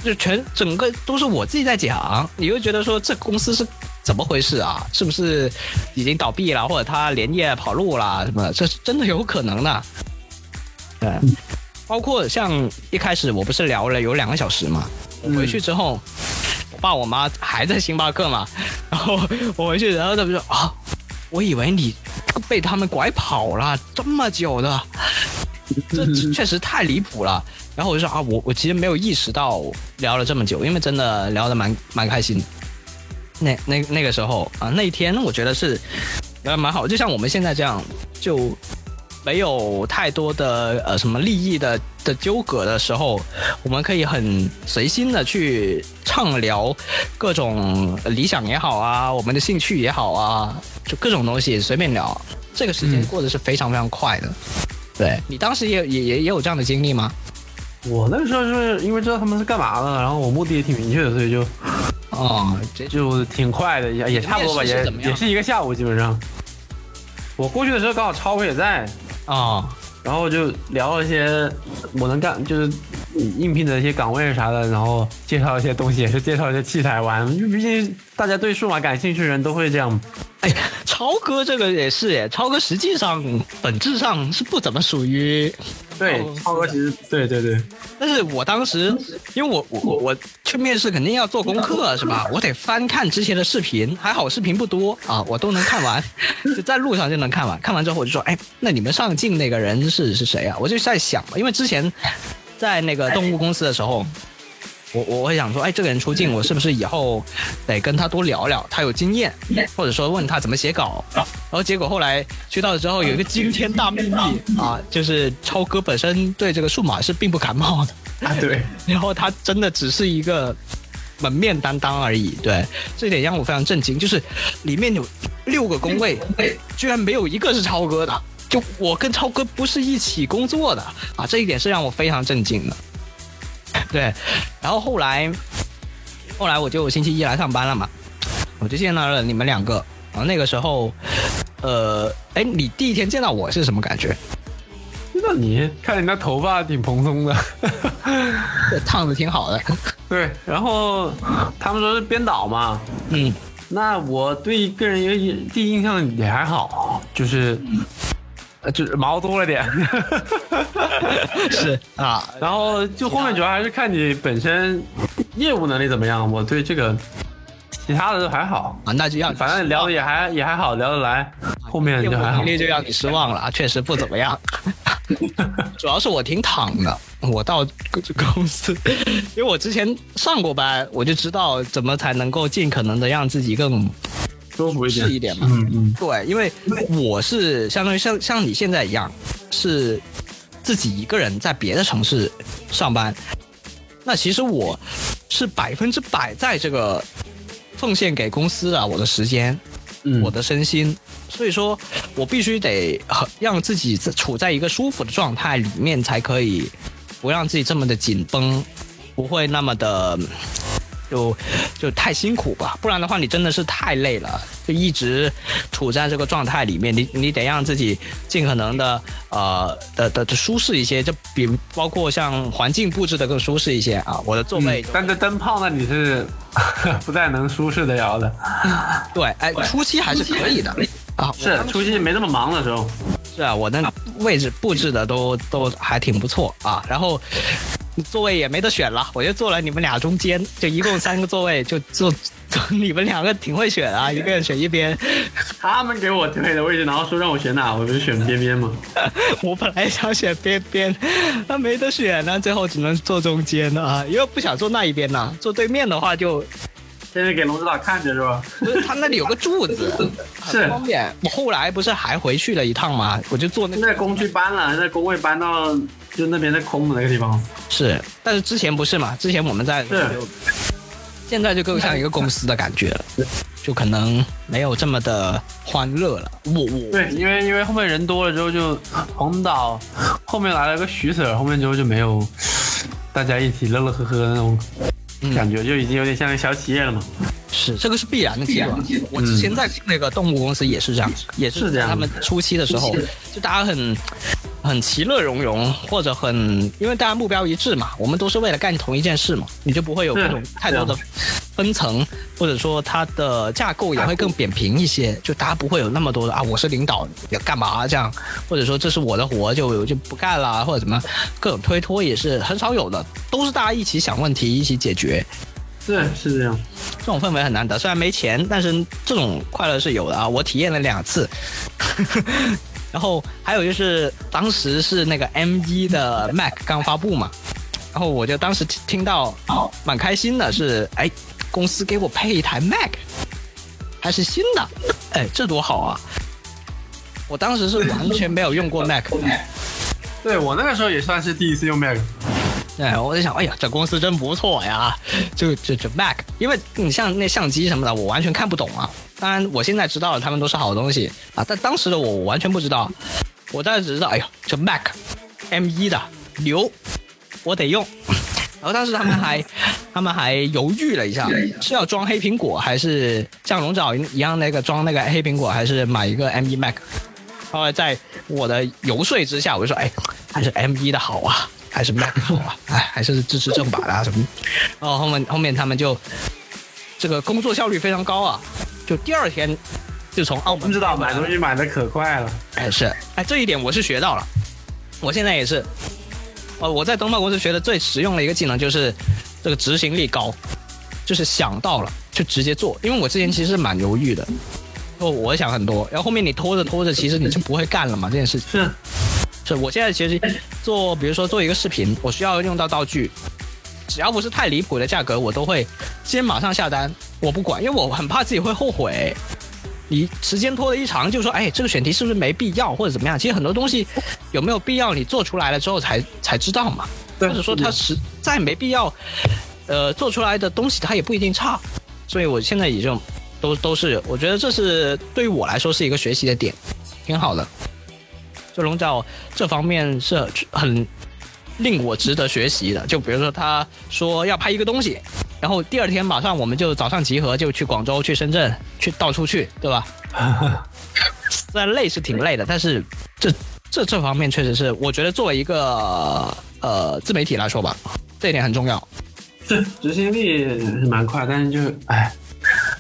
Speaker 1: 就全整个都是我自己在讲，你就觉得说这公司是怎么回事啊？是不是已经倒闭了，或者他连夜跑路了什么的？这是真的有可能的。对，包括像一开始我不是聊了有两个小时嘛，我回去之后，我爸我妈还在星巴克嘛，然后我回去，然后他们说啊，我以为你被他们拐跑了这么久的，这这确实太离谱了。然后我就说啊，我我其实没有意识到聊了这么久，因为真的聊得蛮蛮开心的。那那那个时候啊，那一天我觉得是聊得蛮好，就像我们现在这样，就没有太多的呃什么利益的的纠葛的时候，我们可以很随心的去畅聊各种呃理想也好啊，我们的兴趣也好啊，就各种东西随便聊。这个时间过得是非常非常快的。对你当时也也也也有这样的经历吗？
Speaker 2: 我那个时候是因为知道他们是干嘛的，然后我目的也挺明确的，所以就
Speaker 1: 哦，这
Speaker 2: 就挺快的，也也差不多吧，
Speaker 1: 面试是
Speaker 2: 也
Speaker 1: 怎么样
Speaker 2: 也是一个下午基本上。我过去的时候刚好超哥也在，
Speaker 1: 哦，
Speaker 2: 然后就聊了一些我能干，就是应聘的一些岗位啥的，然后介绍一些东西，也是介绍一些器材玩，因为毕竟大家对数码感兴趣的人都会这样。
Speaker 1: 哎，超哥这个也是耶，超哥实际上本质上是不怎么属于
Speaker 2: 对
Speaker 1: 哦，
Speaker 2: 超哥其实对对对，
Speaker 1: 但是我当时，因为我我我我去面试肯定要做功课是吧？我得翻看之前的视频，还好视频不多啊，我都能看完， 就在路上就能看完。看完之后我就说，哎，那你们上镜那个人是是谁啊？我就在想，因为之前在那个动物公司的时候，我我会想说，哎，这个人出镜，我是不是以后得跟他多聊聊？他有经验，或者说问他怎么写稿。然后结果后来去到了之后，有一个惊天大秘密啊，就是超哥本身对这个数码是并不感冒的，
Speaker 2: 啊对，
Speaker 1: 然后他真的只是一个门面担当而已。对，这点让我非常震惊，就是里面有六个工位，居然没有一个是超哥的。就我跟超哥不是一起工作的啊，这一点是让我非常震惊的。对，然后后来，后来我就星期一来上班了嘛，我就见到了你们两个。然后那个时候，呃，哎，你第一天见到我是什么感觉？
Speaker 2: 真的你看人家头发挺蓬松的，
Speaker 1: 烫的挺好的，
Speaker 2: 对，然后他们说是编导嘛，
Speaker 1: 嗯，
Speaker 2: 那我对个人有第一印象也还好，就是呃就是毛多了点，
Speaker 1: 是啊，
Speaker 2: 然后就后面主要还是看你本身业务能力怎么样。我对这个其他的都还好，
Speaker 1: 啊，那就让你
Speaker 2: 反正聊的也还也还好，聊得来，后面
Speaker 1: 业务
Speaker 2: 啊就还好
Speaker 1: 能。力就让你失望了啊，确实不怎么样。 主要是我挺躺的，我到公公司， 因为我之前上过班，我就知道怎么才能够尽可能的让自己更
Speaker 2: 舒服一
Speaker 1: 是一点嘛。
Speaker 2: 嗯嗯，
Speaker 1: 对，因为我是相当于像像你现在一样，是自己一个人在别的城市上班。那其实我是百分之百在这个奉献给公司的我的时间，
Speaker 2: 嗯
Speaker 1: 我的身心，所以说我必须得很让自己在处在一个舒服的状态里面，才可以不让自己这么的紧绷，不会那么的嗯就就太辛苦吧，不然的话你真的是太累了，就一直处在这个状态里面，你你得让自己尽可能的呃的的的舒适一些，就比包括像环境布置的更舒适一些啊，我的座位、
Speaker 2: 嗯但这灯泡呢，你是 不太能舒适的摇的，
Speaker 1: 对，哎，初期还是可以的啊，
Speaker 2: 是初期没那么忙的时候，
Speaker 1: 是啊，我那位置布置的都都还挺不错啊，然后座位也没得选了，我就坐了你们俩中间，就一共三个座位，就坐坐你们两个挺会选啊，一个人选一边。
Speaker 2: 他们给我推的位置，然后说让我选哪，我不是选边边吗？
Speaker 1: 我本来想选边边，那没得选呢，最后只能坐中间了啊，因为不想坐那一边呐，坐对面的话就
Speaker 2: 现在给龙指导看着是吧？
Speaker 1: 不是他那里有个柱子，很
Speaker 2: 是
Speaker 1: 方便。我后来不是还回去了一趟嘛，我就坐那
Speaker 2: 现在工具搬了，现在工位搬到就那边的空的那个地方。
Speaker 1: 是，但是之前不是嘛？之前我们在
Speaker 2: 是
Speaker 1: 现在就更像一个公司的感觉了，就可能没有这么的欢乐了。我我
Speaker 2: 对，因为因为后面人多了之后就红岛，后面来了个徐 Sir，后面之后就没有大家一起乐乐呵呵的那种感觉，就已经有点像个小企业了嘛。
Speaker 1: 是这个是必然的结果。我之前在那个动物公司也是这样，也是
Speaker 2: 是这样
Speaker 1: 他们初期的时候，就大家很很其乐融融，或者很因为大家目标一致嘛，我们都是为了干同一件事嘛，你就不会有
Speaker 2: 是
Speaker 1: 各种太多的
Speaker 2: 是
Speaker 1: 分层，或者说它的架构也会更扁平一些，就大家不会有那么多的啊，我是领导要干嘛这样，或者说这是我的活就就不干啦，或者怎么样各种推脱也是很少有的，都是大家一起想问题，一起解决。
Speaker 2: 是是这样，
Speaker 1: 这种氛围很难得，虽然没钱，但是这种快乐是有的啊！我体验了两次， 然后还有就是当时是那个 M 1的 Mac 刚发布嘛，然后我就当时听听到蛮开心的是，哎，公司给我配一台 Mac，还是新的，哎，这多好啊！我当时是完全没有用过 Mac，
Speaker 2: 对我那个时候也算是第一次用 Mac，
Speaker 1: 对，我在想，哎呀，这公司真不错呀，就就就 Mac，因为你像那相机什么的，我完全看不懂啊。当然，我现在知道了，他们都是好东西啊，但当时的我，我完全不知道，我当时只知道，哎呀，这 Mac M 1的牛，我得用。 然后当时他们 还，他们还犹豫了一下，是要装黑苹果，还是像龙爪一样那个装那个黑苹果，还是买一个 M 1 Mac？后来在我的游说之下，我就说，哎，还是 M 1的好啊，还是 Mac 好 啊，哎，还是支持正版啊什么。然后后面后面他们就这个工作效率非常高啊，就第二天就从澳
Speaker 2: 不
Speaker 1: 门
Speaker 2: 知道买东西买的可快了。
Speaker 1: 哎，是，哎，这一点我是学到了，我现在也是，呃，我在东茂公司学的最实用的一个技能就是这个执行力高，就是想到了就直接做，因为我之前其实蛮犹豫的，我我想很多，然后后面你拖着拖着，其实你就不会干了嘛这件事情。
Speaker 2: 是，
Speaker 1: 是我现在其实做，比如说做一个视频，我需要用到道具，只要不是太离谱的价格，我都会先马上下单，我不管，因为我很怕自己会后悔。你时间拖得一长，就说哎，这个选题是不是没必要，或者怎么样？其实很多东西有没有必要，你做出来了之后才才知道嘛。
Speaker 2: 对
Speaker 1: 或者说它实在没必要，呃，做出来的东西它也不一定差，所以我现在也就都都是，我觉得这是对于我来说是一个学习的点，挺好的。就龙爪这方面是很令我值得学习的，就比如说他说要拍一个东西，然后第二天马上我们就早上集合，就去广州、去深圳、去到处去，对吧？虽然累是挺累的，但是这这这方面确实是，我觉得作为一个呃自媒体来说吧，这一点很重要。
Speaker 2: 是执行力是蛮快，但是就哎，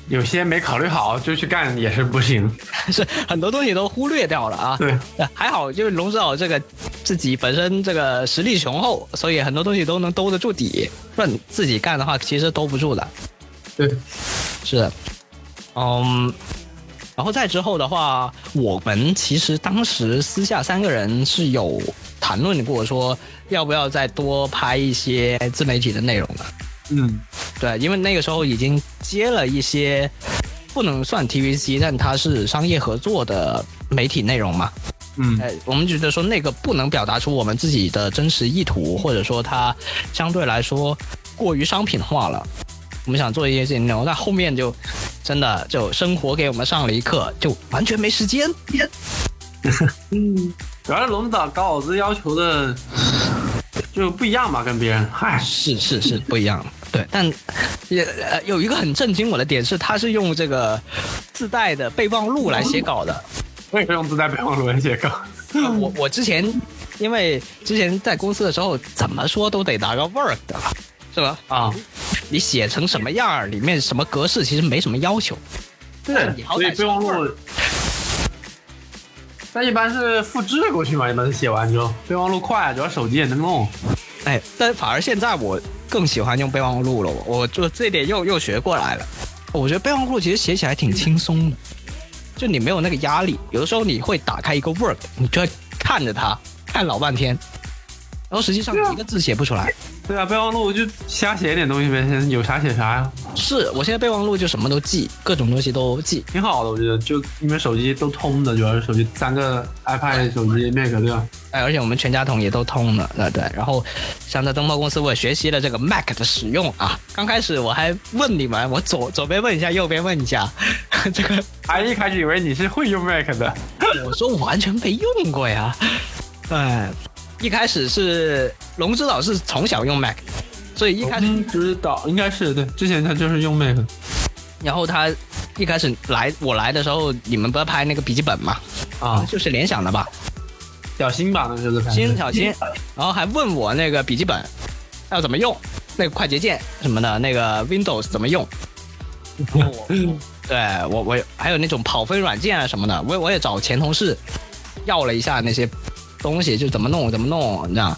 Speaker 2: 有些没考虑好就去干也是不行。
Speaker 1: 是很多东西都忽略掉了啊。
Speaker 2: 对，
Speaker 1: 呃还好就是龙指导这个自己本身这个实力雄厚，所以很多东西都能兜得住底。不然你自己干的话，其实兜不住的。
Speaker 2: 对，
Speaker 1: 是，嗯。然后再之后的话，我们其实当时私下三个人是有谈论过，说要不要再多拍一些自媒体的内容的。
Speaker 2: 嗯，
Speaker 1: 对，因为那个时候已经接了一些不能算 TVC，但它是商业合作的媒体内容嘛。
Speaker 2: 嗯
Speaker 1: 哎，我们觉得说那个不能表达出我们自己的真实意图，或者说它相对来说过于商品化了。我们想做一些事情，然后但后面就真的就生活给我们上了一课，就完全没时间。
Speaker 2: 主要是龙导高老师要求的就不一样吧，跟别人。嗨，
Speaker 1: 是是是，不一样。对，但也、呃、有一个很震惊我的点是，他是用这个自带的备忘录来写稿的。
Speaker 2: 我也是用自带备忘录来写稿。
Speaker 1: 呃我我之前因为之前在公司的时候，怎么说都得拿个 Word 的吧，是吧？
Speaker 2: 啊，
Speaker 1: 你写成什么样儿，里面什么格式其实没什么要求。
Speaker 2: 对
Speaker 1: 你，好
Speaker 2: 所
Speaker 1: 歹
Speaker 2: 以备忘录。但一般是复制过去嘛，一般是写完之后，备忘录快，主要手机也能弄。
Speaker 1: 哎，但反而现在我更喜欢用备忘录了，我我就这点又又学过来了。我觉得备忘录其实写起来挺轻松的，就你没有那个压力。有的时候你会打开一个 Word，你就要看着它看老半天，然后实际上
Speaker 2: 对啊
Speaker 1: 你一个字写不出来。
Speaker 2: 对啊，备忘录就瞎写点东西呗，现在有啥写啥呀、
Speaker 1: 是我现在备忘录就什么都记，各种东西都记。
Speaker 2: 挺好的，我觉得。就因为手机都通的，主要是手机三个 iPad、手机、Mac 对吧？
Speaker 1: 哎，而且我们全家桶也都通了，对对。然后像在灯泡公司，我也学习了这个 Mac 的使用啊。刚开始我还问你们，我左左边问一下，右边问一下，这个
Speaker 2: 还一开始以为你是会用 Mac 的，
Speaker 1: 我说我完全没用过呀。哎，一开始是龙指导是从小用 Mac，所以一开始，
Speaker 2: 嗯知道应该是对，之前他就是用 Mac。
Speaker 1: 然后他一开始来我来的时候，你们不是拍那个笔记本嘛，
Speaker 2: 啊，
Speaker 1: 就是联想的吧，
Speaker 2: 小新版的这个感觉
Speaker 1: 新小新，然后还问我那个笔记本要怎么用，那个快捷键什么的，那个 Windows 怎么用。对我我还有那种跑分软件啊什么的，我也我也找前同事要了一下那些东西，就怎么弄怎么弄，你知道？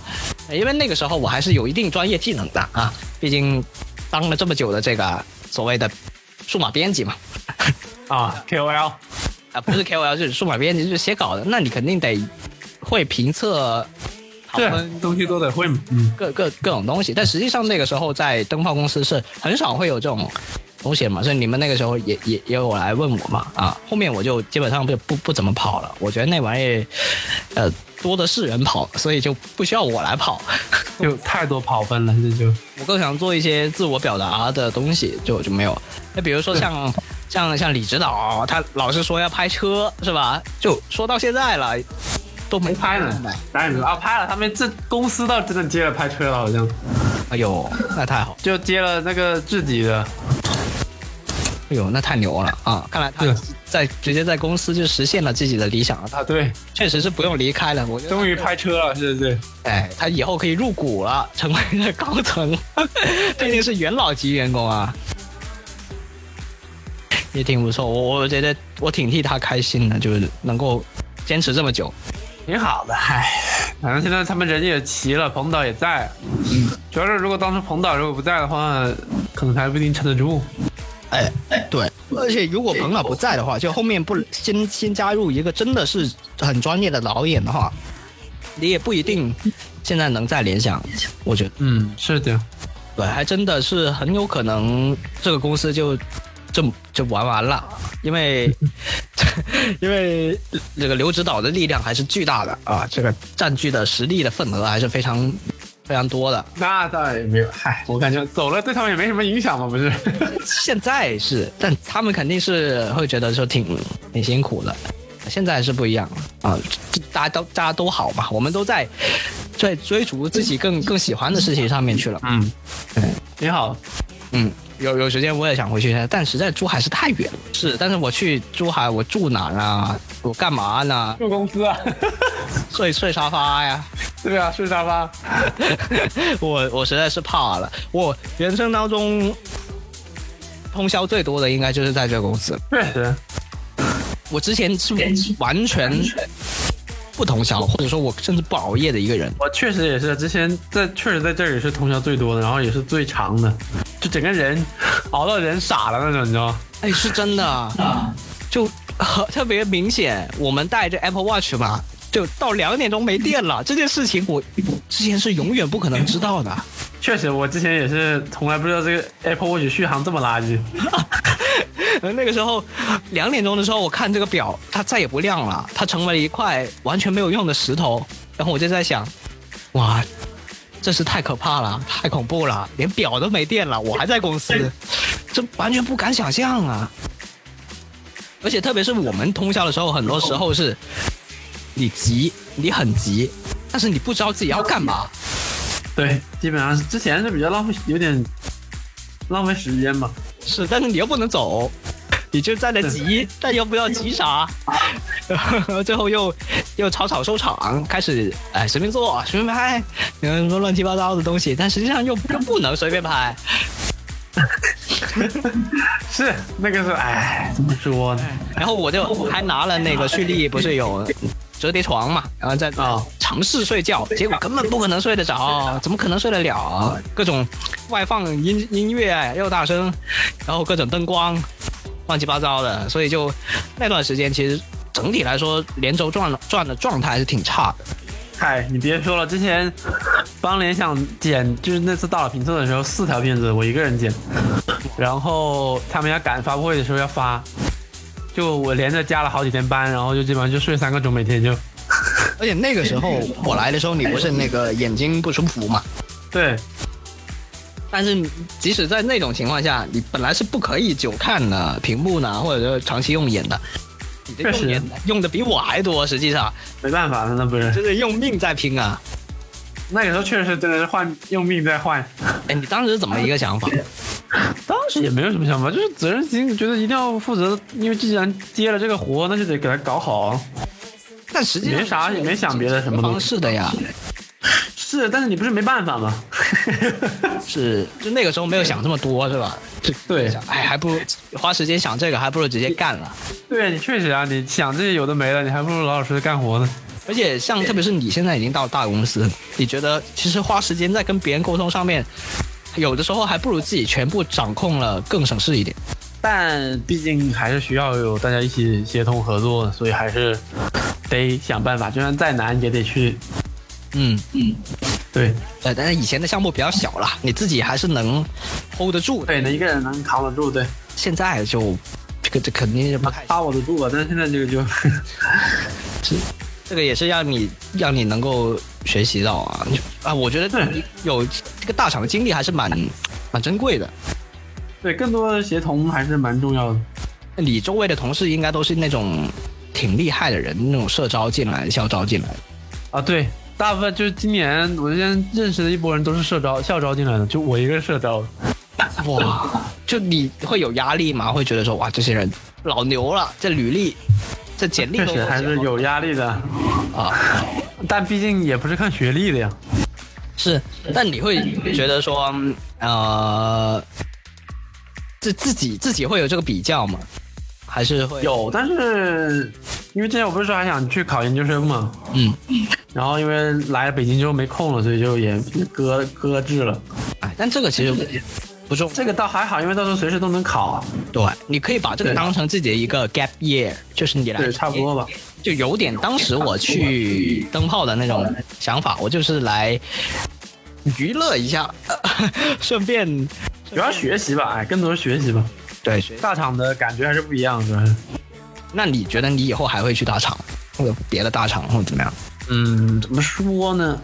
Speaker 1: 因为那个时候我还是有一定专业技能的啊，毕竟当了这么久的这个所谓的数码编辑嘛，
Speaker 2: 啊 KOL
Speaker 1: 啊不是 KOL 就是数码编辑，就是写稿的，那你肯定得会评测跑分
Speaker 2: 对东西都得会嘛。嗯，
Speaker 1: 各各各种东西，但实际上那个时候在灯泡公司是很少会有这种东西的嘛，所以你们那个时候也也也有来问我嘛啊，后面我就基本上不不不怎么跑了，我觉得那玩意呃多的是人跑，所以就不需要我来跑，
Speaker 2: 就太多跑分了，这就
Speaker 1: 我更想做一些自我表达的东西，就就没有，那比如说像像像李指导，他老是说要拍车是吧？就说到现在了都没
Speaker 2: 没拍呢。咱也没啊，拍了，他们这公司倒真的接了拍车了，好像
Speaker 1: 哎呦，那太好。
Speaker 2: 就接了那个自己的。
Speaker 1: 哎呦，那太牛了啊！看来他
Speaker 2: 对
Speaker 1: 在直接在公司就实现了自己的理想了，他
Speaker 2: 啊，对，
Speaker 1: 确实是不用离开了。我觉得，
Speaker 2: 终于拍车了，是对。
Speaker 1: 哎，他以后可以入股了，成为了高层， 毕竟是元老级员工啊，也挺不错。我我觉得我挺替他开心的，就是能够坚持这么久。
Speaker 2: 挺好的，唉，反正现在他们人也齐了，彭导也在，主要是如果当时彭导如果不在的话，可能还不一定撑得住。
Speaker 1: 哎，对，而且如果彭老不在的话，就后面不新新加入一个真的是很专业的导演的话，你也不一定现在能再联想，我觉得。
Speaker 2: 嗯，是的，
Speaker 1: 对，还真的是很有可能这个公司就就就玩完了，因为因为这个刘指导的力量还是巨大的啊，这个占据的实力的份额还是非常非常多的。
Speaker 2: 那倒也没有，唉，我感觉走了对他们也没什么影响嘛，不是？
Speaker 1: 现在是，但他们肯定是会觉得说挺挺辛苦的。现在是不一样了啊，这大家都大家都好嘛，我们都在在追逐自己更更喜欢的事情上面去了。
Speaker 2: 嗯，挺好，
Speaker 1: 嗯，有有时间我也想回去一下，但实在珠海是太远了。是，但是我去珠海，我住哪儿呢？我干嘛呢？
Speaker 2: 住公司啊，
Speaker 1: 睡睡沙发呀？
Speaker 2: 对啊，睡沙发，
Speaker 1: 我我实在是怕了。我人生当中通宵最多的应该就是在这个公司。
Speaker 2: 确实，
Speaker 1: 我之前是完全不通宵，或者说我甚至不熬夜的一个人。
Speaker 2: 我确实也是，之前在确实在这里是通宵最多的，然后也是最长的，就整个人熬到人傻了那种，你知道吗？
Speaker 1: 哎，是真的，啊就很特别明显。我们带着 Apple Watch 嘛，就到两点钟没电了，这件事情我之前是永远不可能知道的。
Speaker 2: 确实，我之前也是从来不知道这个 Apple Watch 续航这么垃圾。
Speaker 1: 呃 那个时候两点钟的时候，我看这个表，它再也不亮了，它成为了一块完全没有用的石头。然后我就在想，哇，这是太可怕了，太恐怖了，连表都没电了，我还在公司，这完全不敢想象啊！而且特别是我们通宵的时候，很多时候是你急，你很急，但是你不知道自己要干嘛。
Speaker 2: 对，基本上是之前是比较浪费，有点浪费时间嘛。
Speaker 1: 是，但是你又不能走，你就在那急，但又不知道急啥， 最后又又草草收场，开始哎随便做随便拍，有什么乱七八糟的东西，但实际上又又不能随便拍，
Speaker 2: 是那个是，哎，怎么说呢？
Speaker 1: 然后我就还拿了那个蓄力，不是有折叠床嘛，然后在
Speaker 2: 啊
Speaker 1: 尝试睡觉，结果根本不可能睡得着，怎么可能睡得了？各种外放音音乐又大声，然后各种灯光，乱七八糟的，所以就那段时间其实。整体来说，连轴转了转的状态还是挺差的。
Speaker 2: 嗨，你别说了，之前帮联想剪就是那次大佬评测的时候，四条片子我一个人剪，然后他们要赶发布会的时候要发，就我连着加了好几天班，然后就基本上就睡三个钟，每天就
Speaker 1: 而且那个时候我来的时候，你不是那个眼睛不舒服嘛？
Speaker 2: 对
Speaker 1: 但是即使在那种情况下，你本来是不可以久看的屏幕呢，或者说长期用眼的。你这
Speaker 2: 确
Speaker 1: 用
Speaker 2: 实
Speaker 1: 眼用的比我还多，实际上
Speaker 2: 没办法，那不是
Speaker 1: 就是用命在拼啊！
Speaker 2: 那个时候确实真的是换用命在换，
Speaker 1: 哎，你当时怎么一个想法？
Speaker 2: 当时也没有什么想法，就是责任心，觉得一定要负责，因为既然接了这个活，那就得给他搞好。
Speaker 1: 但实际上
Speaker 2: 没啥也没想别的什么东西
Speaker 1: 方式的呀，
Speaker 2: 是，但是你不是没办法吗？
Speaker 1: 是就那个时候没有想这么多是吧？
Speaker 2: 对
Speaker 1: 想哎，还不如花时间想这个，还不如直接干了。
Speaker 2: 对，你确实啊，你想这些有的没的，你还不如老老实实干活呢。
Speaker 1: 而且像特别是你现在已经到大公司，你觉得其实花时间在跟别人沟通上面，有的时候还不如自己全部掌控了更省事一点。
Speaker 2: 但毕竟还是需要有大家一起协同合作的，所以还是得想办法，就算再难也得去。
Speaker 1: 嗯，
Speaker 2: 对
Speaker 1: 呃，但是以前的项目比较小了，你自己还是能 hold 得住的。
Speaker 2: 对，能一个人能扛得住，对，
Speaker 1: 现在就这个这肯定是不太，
Speaker 2: 搭我得住吧。但是现在这个就，
Speaker 1: 这个也是让你让你能够学习到啊你啊！我觉得
Speaker 2: 对
Speaker 1: 你有这个大厂的经历还是蛮蛮珍贵的。
Speaker 2: 对，更多的协同还是蛮重要的。
Speaker 1: 那你周围的同事应该都是那种挺厉害的人，那种社招进来、校招进来的。
Speaker 2: 啊，对，大部分就是今年我之前认识的一波人都是社招、校招进来的，就我一个社招。
Speaker 1: 哇，就你会有压力吗？会觉得说哇，这些人老牛了，这履历、这简历
Speaker 2: 确
Speaker 1: 都
Speaker 2: 实还是有压力的，
Speaker 1: 啊。
Speaker 2: 但毕竟也不是看学历的呀。
Speaker 1: 是，但你会觉得说，嗯呃，自自己自己会有这个比较吗？还是会，
Speaker 2: 有，但是因为之前我不是说还想去考研究生嘛，
Speaker 1: 嗯，
Speaker 2: 然后因为来北京之后没空了，所以就也搁搁置了。
Speaker 1: 哎，但这个其实不重要。
Speaker 2: 这个倒还好，因为到时候随时都能考，啊
Speaker 1: 对，你可以把这个
Speaker 2: 对
Speaker 1: 当成自己的一个 gap year，就是你来
Speaker 2: 对，差不多吧。
Speaker 1: 就有点当时我去灯泡的那种想法，我就是来娱乐一下， 顺便
Speaker 2: 主要学习吧，哎，更多是学习吧。
Speaker 1: 对。
Speaker 2: 大厂的感觉还是不一样，主要是。
Speaker 1: 那你觉得你以后还会去大厂或者别的大厂或者怎么样？
Speaker 2: 嗯，怎么说呢？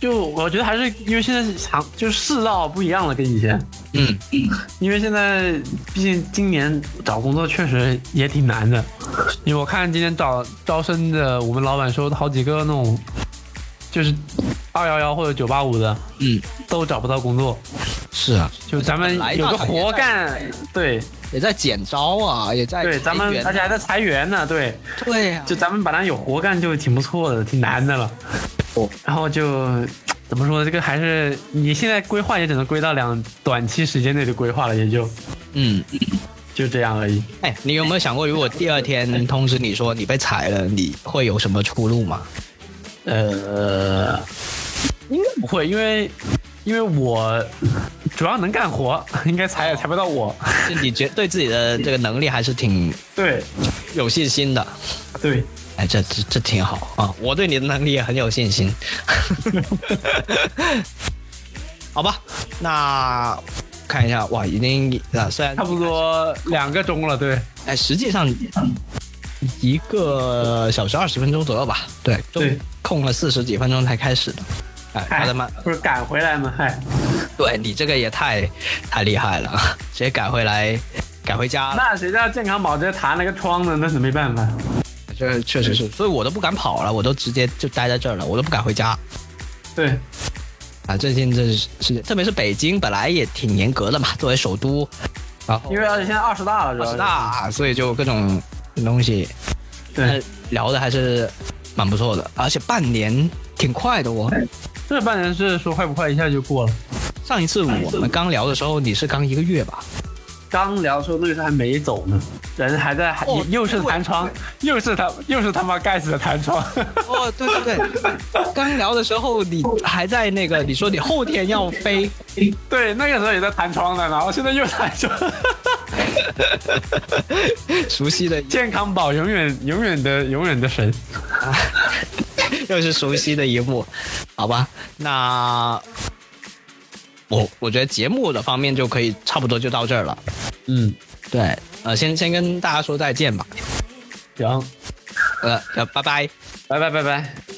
Speaker 2: 就我觉得还是因为现在行就是世道不一样了，跟以前。
Speaker 1: 嗯，
Speaker 2: 因为现在毕竟今年找工作确实也挺难的，因为我看今年找招生的，我们老板说好几个那种就是二幺幺或者九八五的，
Speaker 1: 嗯，
Speaker 2: 都找不到工作，
Speaker 1: 是啊，
Speaker 2: 就咱们有个活干，对
Speaker 1: 也在减招啊，也在
Speaker 2: 对，咱
Speaker 1: 裁
Speaker 2: 们
Speaker 1: 员啊嗯
Speaker 2: 而且还在裁员呢，对，
Speaker 1: 对啊呀、
Speaker 2: 就咱们本来有活干就挺不错的，挺难的了
Speaker 1: 哦，
Speaker 2: 然后就。怎么说？这个还是你现在规划也只能归到两短期时间内的规划了，也就
Speaker 1: 嗯，
Speaker 2: 就这样而已。
Speaker 1: 哎，你有没有想过，如果第二天通知你说你被裁了，你会有什么出路吗？
Speaker 2: 呃，应该不会，因为因为我主要能干活， 应该裁也裁不到我。
Speaker 1: 就你觉对自己的这个能力还是挺
Speaker 2: 对
Speaker 1: 有信心的，
Speaker 2: 对，
Speaker 1: 哎，这这这挺好啊！我对你的能力也很有信 心。好吧，那看一下，哇，已经啊，虽然
Speaker 2: 差不多两个钟了，对
Speaker 1: 哎，实际上一个小时二十分钟左右吧，对，就
Speaker 2: 对
Speaker 1: 空了四十几分钟才开始的。哎，我的妈！
Speaker 2: 不是赶回来吗？嗨，
Speaker 1: 对你这个也太太厉害了，直接改回来，改回家了，
Speaker 2: 那谁叫健康宝这弹了个窗呢？那是没办法。
Speaker 1: 这确实是，所以我都不敢跑了，我都直接就待在这儿了，我都不敢回家。
Speaker 2: 对，
Speaker 1: 啊，最近这是是，特别是北京本来也挺严格的嘛，作为首都，然后
Speaker 2: 因为而且现在哦二十大了，哎主
Speaker 1: 二
Speaker 2: 要
Speaker 1: 十
Speaker 2: 是
Speaker 1: 大，所以就各种东西，
Speaker 2: 对，
Speaker 1: 聊的还是蛮不错的，而且半年挺快的哦。
Speaker 2: 这半年是说快不快，一下就过了。
Speaker 1: 上一次我们刚聊的时候，你是刚一个月吧？
Speaker 2: 刚聊的时候，那个时候还没走呢，人还在，还
Speaker 1: 哦
Speaker 2: 又是
Speaker 1: 对
Speaker 2: 弹窗，又是他，又是他妈盖茨的弹窗。
Speaker 1: 哦，对对对， 刚聊的时候你还在那个，你说你后天要飞，
Speaker 2: 对，那个时候也在弹窗呢，然后现在又弹窗。
Speaker 1: 熟悉的
Speaker 2: 健康宝永远永远的永远的神。
Speaker 1: 又是熟悉的一幕，好吧？那我我觉得节目的方面就可以差不多就到这儿了。
Speaker 2: 嗯，
Speaker 1: 对，呃，先先跟大家说再见吧，
Speaker 2: 行，
Speaker 1: 呃呃，拜拜。
Speaker 2: 拜拜拜拜。